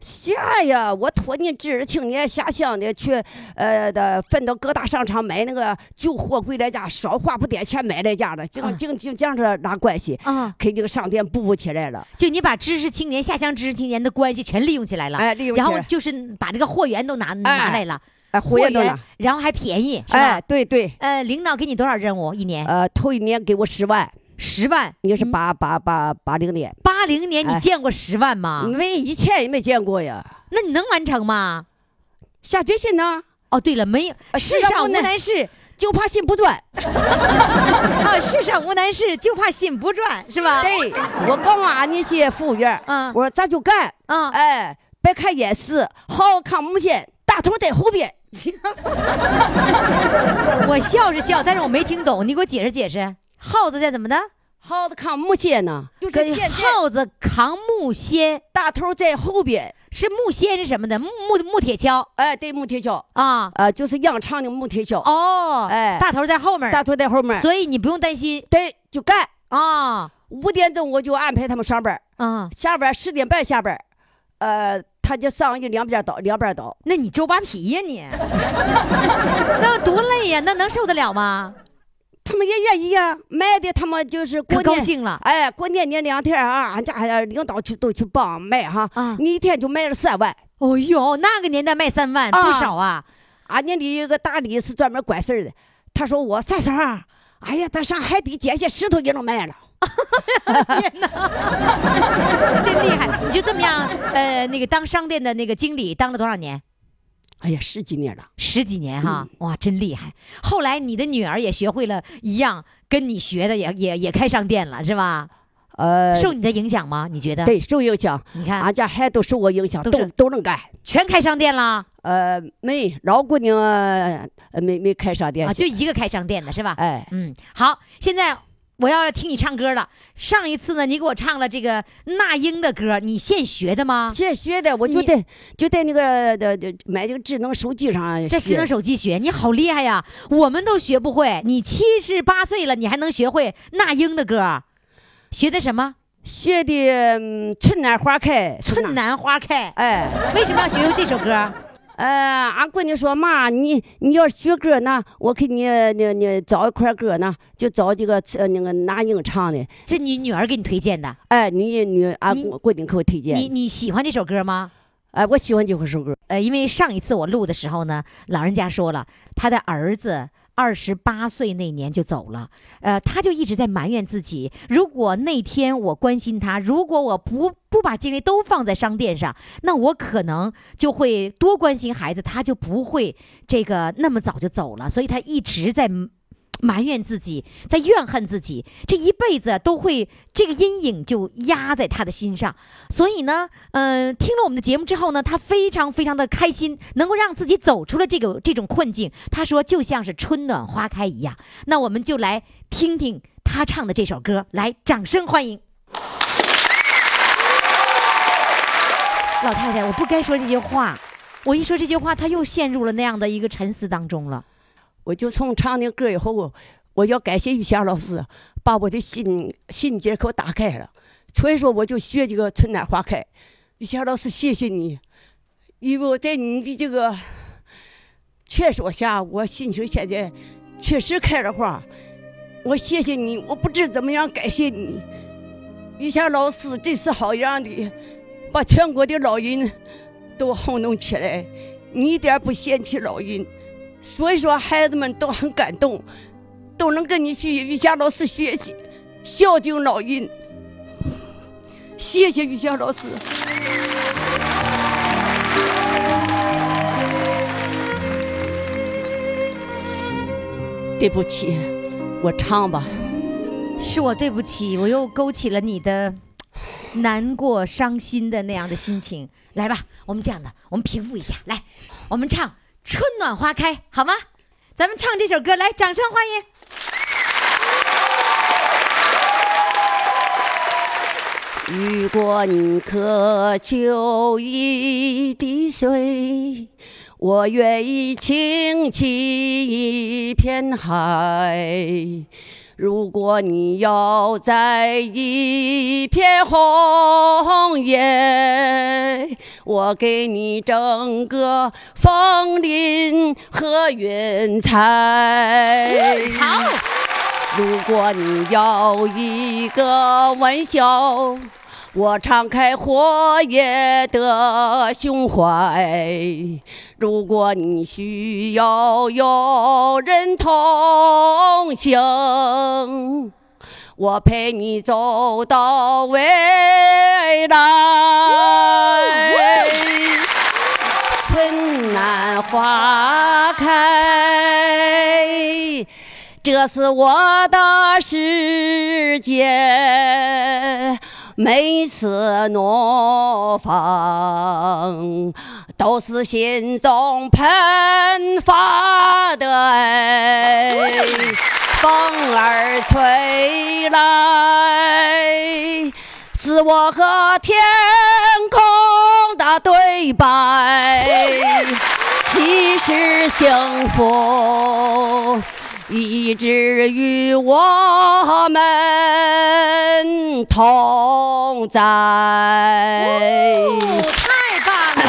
[SPEAKER 7] 下呀，我托你知识青年下乡的去，呃的分到各大商场买那个旧货柜来家，少花不点钱买来家的，就就就这样子拉关系，
[SPEAKER 2] 啊
[SPEAKER 7] 给这个商店布布起来了。
[SPEAKER 2] 就你把知识青年下乡知识青年的关系全利用起来了，
[SPEAKER 7] 哎利用起
[SPEAKER 2] 然
[SPEAKER 7] 来
[SPEAKER 2] 后就是把这个货源都拿、拿来了，
[SPEAKER 7] 哎，活跃到了。
[SPEAKER 2] 然后还便宜，是吧？哎
[SPEAKER 7] 哎，对对，
[SPEAKER 2] 呃，领导给你多少任务一年？
[SPEAKER 7] 呃，头一年给我十万，
[SPEAKER 2] 十万。
[SPEAKER 7] 你是八八八八零年，
[SPEAKER 2] 八零年你
[SPEAKER 7] 哎
[SPEAKER 2] 见过十万吗？
[SPEAKER 7] 因为一切也没见过呀，
[SPEAKER 2] 那你能完成吗？
[SPEAKER 7] 下决心呢，
[SPEAKER 2] 哦，对了，没有
[SPEAKER 7] 啊
[SPEAKER 2] 世
[SPEAKER 7] 世
[SPEAKER 2] 上
[SPEAKER 7] 上
[SPEAKER 2] 无
[SPEAKER 7] 无
[SPEAKER 2] 难事
[SPEAKER 7] 就怕心不专。
[SPEAKER 2] 啊，世上无难事，就怕心不转，是吧？
[SPEAKER 7] 对，我告诉俺那些服务员，
[SPEAKER 2] 嗯
[SPEAKER 7] 我说咱就干，
[SPEAKER 2] 嗯
[SPEAKER 7] 哎，别看掩饰，好看目前，大头在后边。
[SPEAKER 2] 我笑是笑，但是我没听懂，你给我解释解释。耗子在怎么的？
[SPEAKER 7] 耗子看木线呢，就是
[SPEAKER 2] 跟
[SPEAKER 7] 现在
[SPEAKER 2] 耗子扛木锨，
[SPEAKER 7] 大头在后边，
[SPEAKER 2] 是木锨是什么的？木木木铁锹
[SPEAKER 7] 哎，对木铁锹，
[SPEAKER 2] 啊。
[SPEAKER 7] 呃，就是羊肠的木铁锹，
[SPEAKER 2] 哦，
[SPEAKER 7] 哎
[SPEAKER 2] 大头在后面，
[SPEAKER 7] 大头在后面，
[SPEAKER 2] 所以你不用担心
[SPEAKER 7] 对，就干。
[SPEAKER 2] 啊
[SPEAKER 7] 五点钟我就安排他们上班，
[SPEAKER 2] 啊。
[SPEAKER 7] 下班十点半下班，呃，他就上一两边倒，两边倒，
[SPEAKER 2] 那你周扒皮呀你， 那多累呀，那能受得了吗？
[SPEAKER 7] 他们也愿意呀、卖的他们就是过
[SPEAKER 2] 可
[SPEAKER 7] 年
[SPEAKER 2] 高兴了
[SPEAKER 7] 哎，过年那两天啊，俺家还领导去都去帮卖哈，
[SPEAKER 2] 啊
[SPEAKER 7] 你一天就卖了三万。
[SPEAKER 2] 哦呦，那个年代卖三万、
[SPEAKER 7] 啊
[SPEAKER 2] 不少啊！
[SPEAKER 7] 俺那里有个大理是专门管事儿的，他说我三三儿，哎呀，咱上海底捡些石头也能卖了。
[SPEAKER 2] 真厉害！你就这么样，呃，那个当商店的那个经理当了多少年？
[SPEAKER 7] 哎呀，十几年了，
[SPEAKER 2] 十几
[SPEAKER 7] 嗯
[SPEAKER 2] 年哈，哇，真厉害！后来你的女儿也学会了一样，跟你学的也也也开商店了，是吧？
[SPEAKER 7] 呃，
[SPEAKER 2] 受你的影响吗？你觉得？
[SPEAKER 7] 对，啊受影响。
[SPEAKER 2] 你看
[SPEAKER 7] 俺家孩子都受我影响，
[SPEAKER 2] 都
[SPEAKER 7] 都
[SPEAKER 2] 是
[SPEAKER 7] 都能干。
[SPEAKER 2] 全开商店啦，
[SPEAKER 7] 呃，没，老姑娘呃没没开商店
[SPEAKER 2] 啊，
[SPEAKER 7] 去，
[SPEAKER 2] 就一个开商店的是吧？
[SPEAKER 7] 哎，
[SPEAKER 2] 嗯，好，现在我要听你唱歌了。上一次呢，你给我唱了这个那英的歌，你现学的吗？
[SPEAKER 7] 现学的，我就
[SPEAKER 2] 啊你
[SPEAKER 7] 在就在那个的的买这个智能手机上，啊
[SPEAKER 2] 在智能，手机学，你好厉害呀！我们都学不会，你七十八岁了，你还能学会那英的歌，学的什么？
[SPEAKER 7] 学的嗯春暖花开，
[SPEAKER 2] 春，暖花开。
[SPEAKER 7] 哎。
[SPEAKER 2] 为什么要学会这首歌？
[SPEAKER 7] 呃，俺闺女说妈，你你要是学歌呢，我给你那那找一块歌呢，就找几个呃那个那英唱的。
[SPEAKER 2] 是你女儿给你推荐的。
[SPEAKER 7] 哎，你你俺
[SPEAKER 2] 你
[SPEAKER 7] 闺闺女给我推荐
[SPEAKER 2] 你
[SPEAKER 7] 的，
[SPEAKER 2] 你喜欢这首歌吗？
[SPEAKER 7] 哎，我喜欢这首歌。
[SPEAKER 2] 呃，因为上一次我录的时候呢，老人家说了，他的儿子二十八岁那年就走了，呃，他就一直在埋怨自己，如果那天我关心他，如果我不不把精力都放在商店上，那我可能就会多关心孩子，他就不会这个那么早就走了，所以他一直在。埋怨自己，在怨恨自己，这一辈子都会这个阴影就压在他的心上。所以呢，嗯、听了我们的节目之后呢，他非常非常的开心，能够让自己走出了这个这种困境。他说，就像是春暖花开一样。那我们就来听听他唱的这首歌，来，掌声欢迎。老太太，我不该说这些话，我一说这句话，她又陷入了那样的一个沉思当中了。
[SPEAKER 7] 我就从唱那歌以后，我我要感谢玉霞老师，把我的心心结给我打开了。所以说，我就学这个春暖花开。玉霞老师，谢谢你，因为我在你的这个劝说下，我心情现在确实开了花。我谢谢你，我不知怎么样感谢你。玉霞老师这次好样的，把全国的老人都轰动起来，你一点儿不嫌弃老人。所以说孩子们都很感动，都能跟你去玉霞老师学习，孝敬老人。谢谢玉霞老师，对不起，我唱吧。
[SPEAKER 2] 是我对不起，我又勾起了你的难过、伤心的那样的心情。来吧，我们这样的，我们平复一下，来，我们唱《春暖花开》，好吗？咱们唱这首歌，来，掌声欢迎。
[SPEAKER 7] 如果你渴求一滴水，我愿意倾其一片海。如果你要在一片红叶，我给你整个枫林和云彩。
[SPEAKER 2] 好，
[SPEAKER 7] 如果你要一个微笑，我敞开火热的胸怀；如果你需要有人同行，我陪你走到未来。春暖花开，这是我的世界。每次怒放，都是心中喷发的爱。风儿吹来，是我和天空的对白。其实幸福一直与我们同在。
[SPEAKER 2] 哦，太棒了！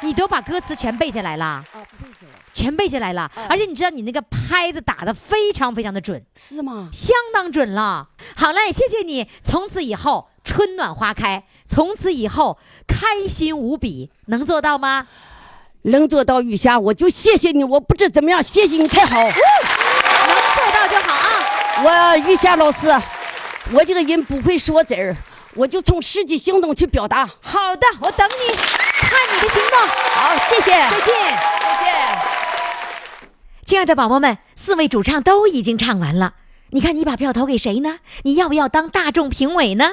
[SPEAKER 2] 你都把歌词全哦背下来了，
[SPEAKER 7] 啊，不会写了，
[SPEAKER 2] 全背下来哦了，而且你知道你那个拍子打得非常非常的准，
[SPEAKER 7] 是吗？
[SPEAKER 2] 相当准了。好嘞，谢谢你。从此以后，春暖花开。从此以后，开心无比，能做到吗？
[SPEAKER 7] 能做到雨霞，我就谢谢你。我不知怎么样，谢谢你太好。
[SPEAKER 2] 能做到就好啊！
[SPEAKER 7] 我玉霞老师，我这个人不会说字儿，我就从实际行动去表达。
[SPEAKER 2] 好的，我等你，看你的行动。
[SPEAKER 7] 好，谢谢，
[SPEAKER 2] 再
[SPEAKER 7] 再
[SPEAKER 2] 见。
[SPEAKER 7] 见。
[SPEAKER 2] 亲爱的宝宝们，四位主唱都已经唱完了，你看你把票投给谁呢？你要不要当大众评委呢？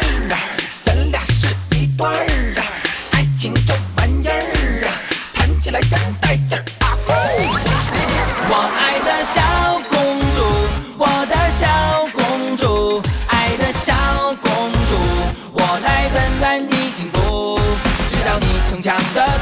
[SPEAKER 1] 啊，咱俩是一对儿啊，爱情这玩意儿啊，谈起来真带劲儿啊！呼。我爱的小公主，我的小公主，爱的小公主，我来温暖你幸福。知道你逞强的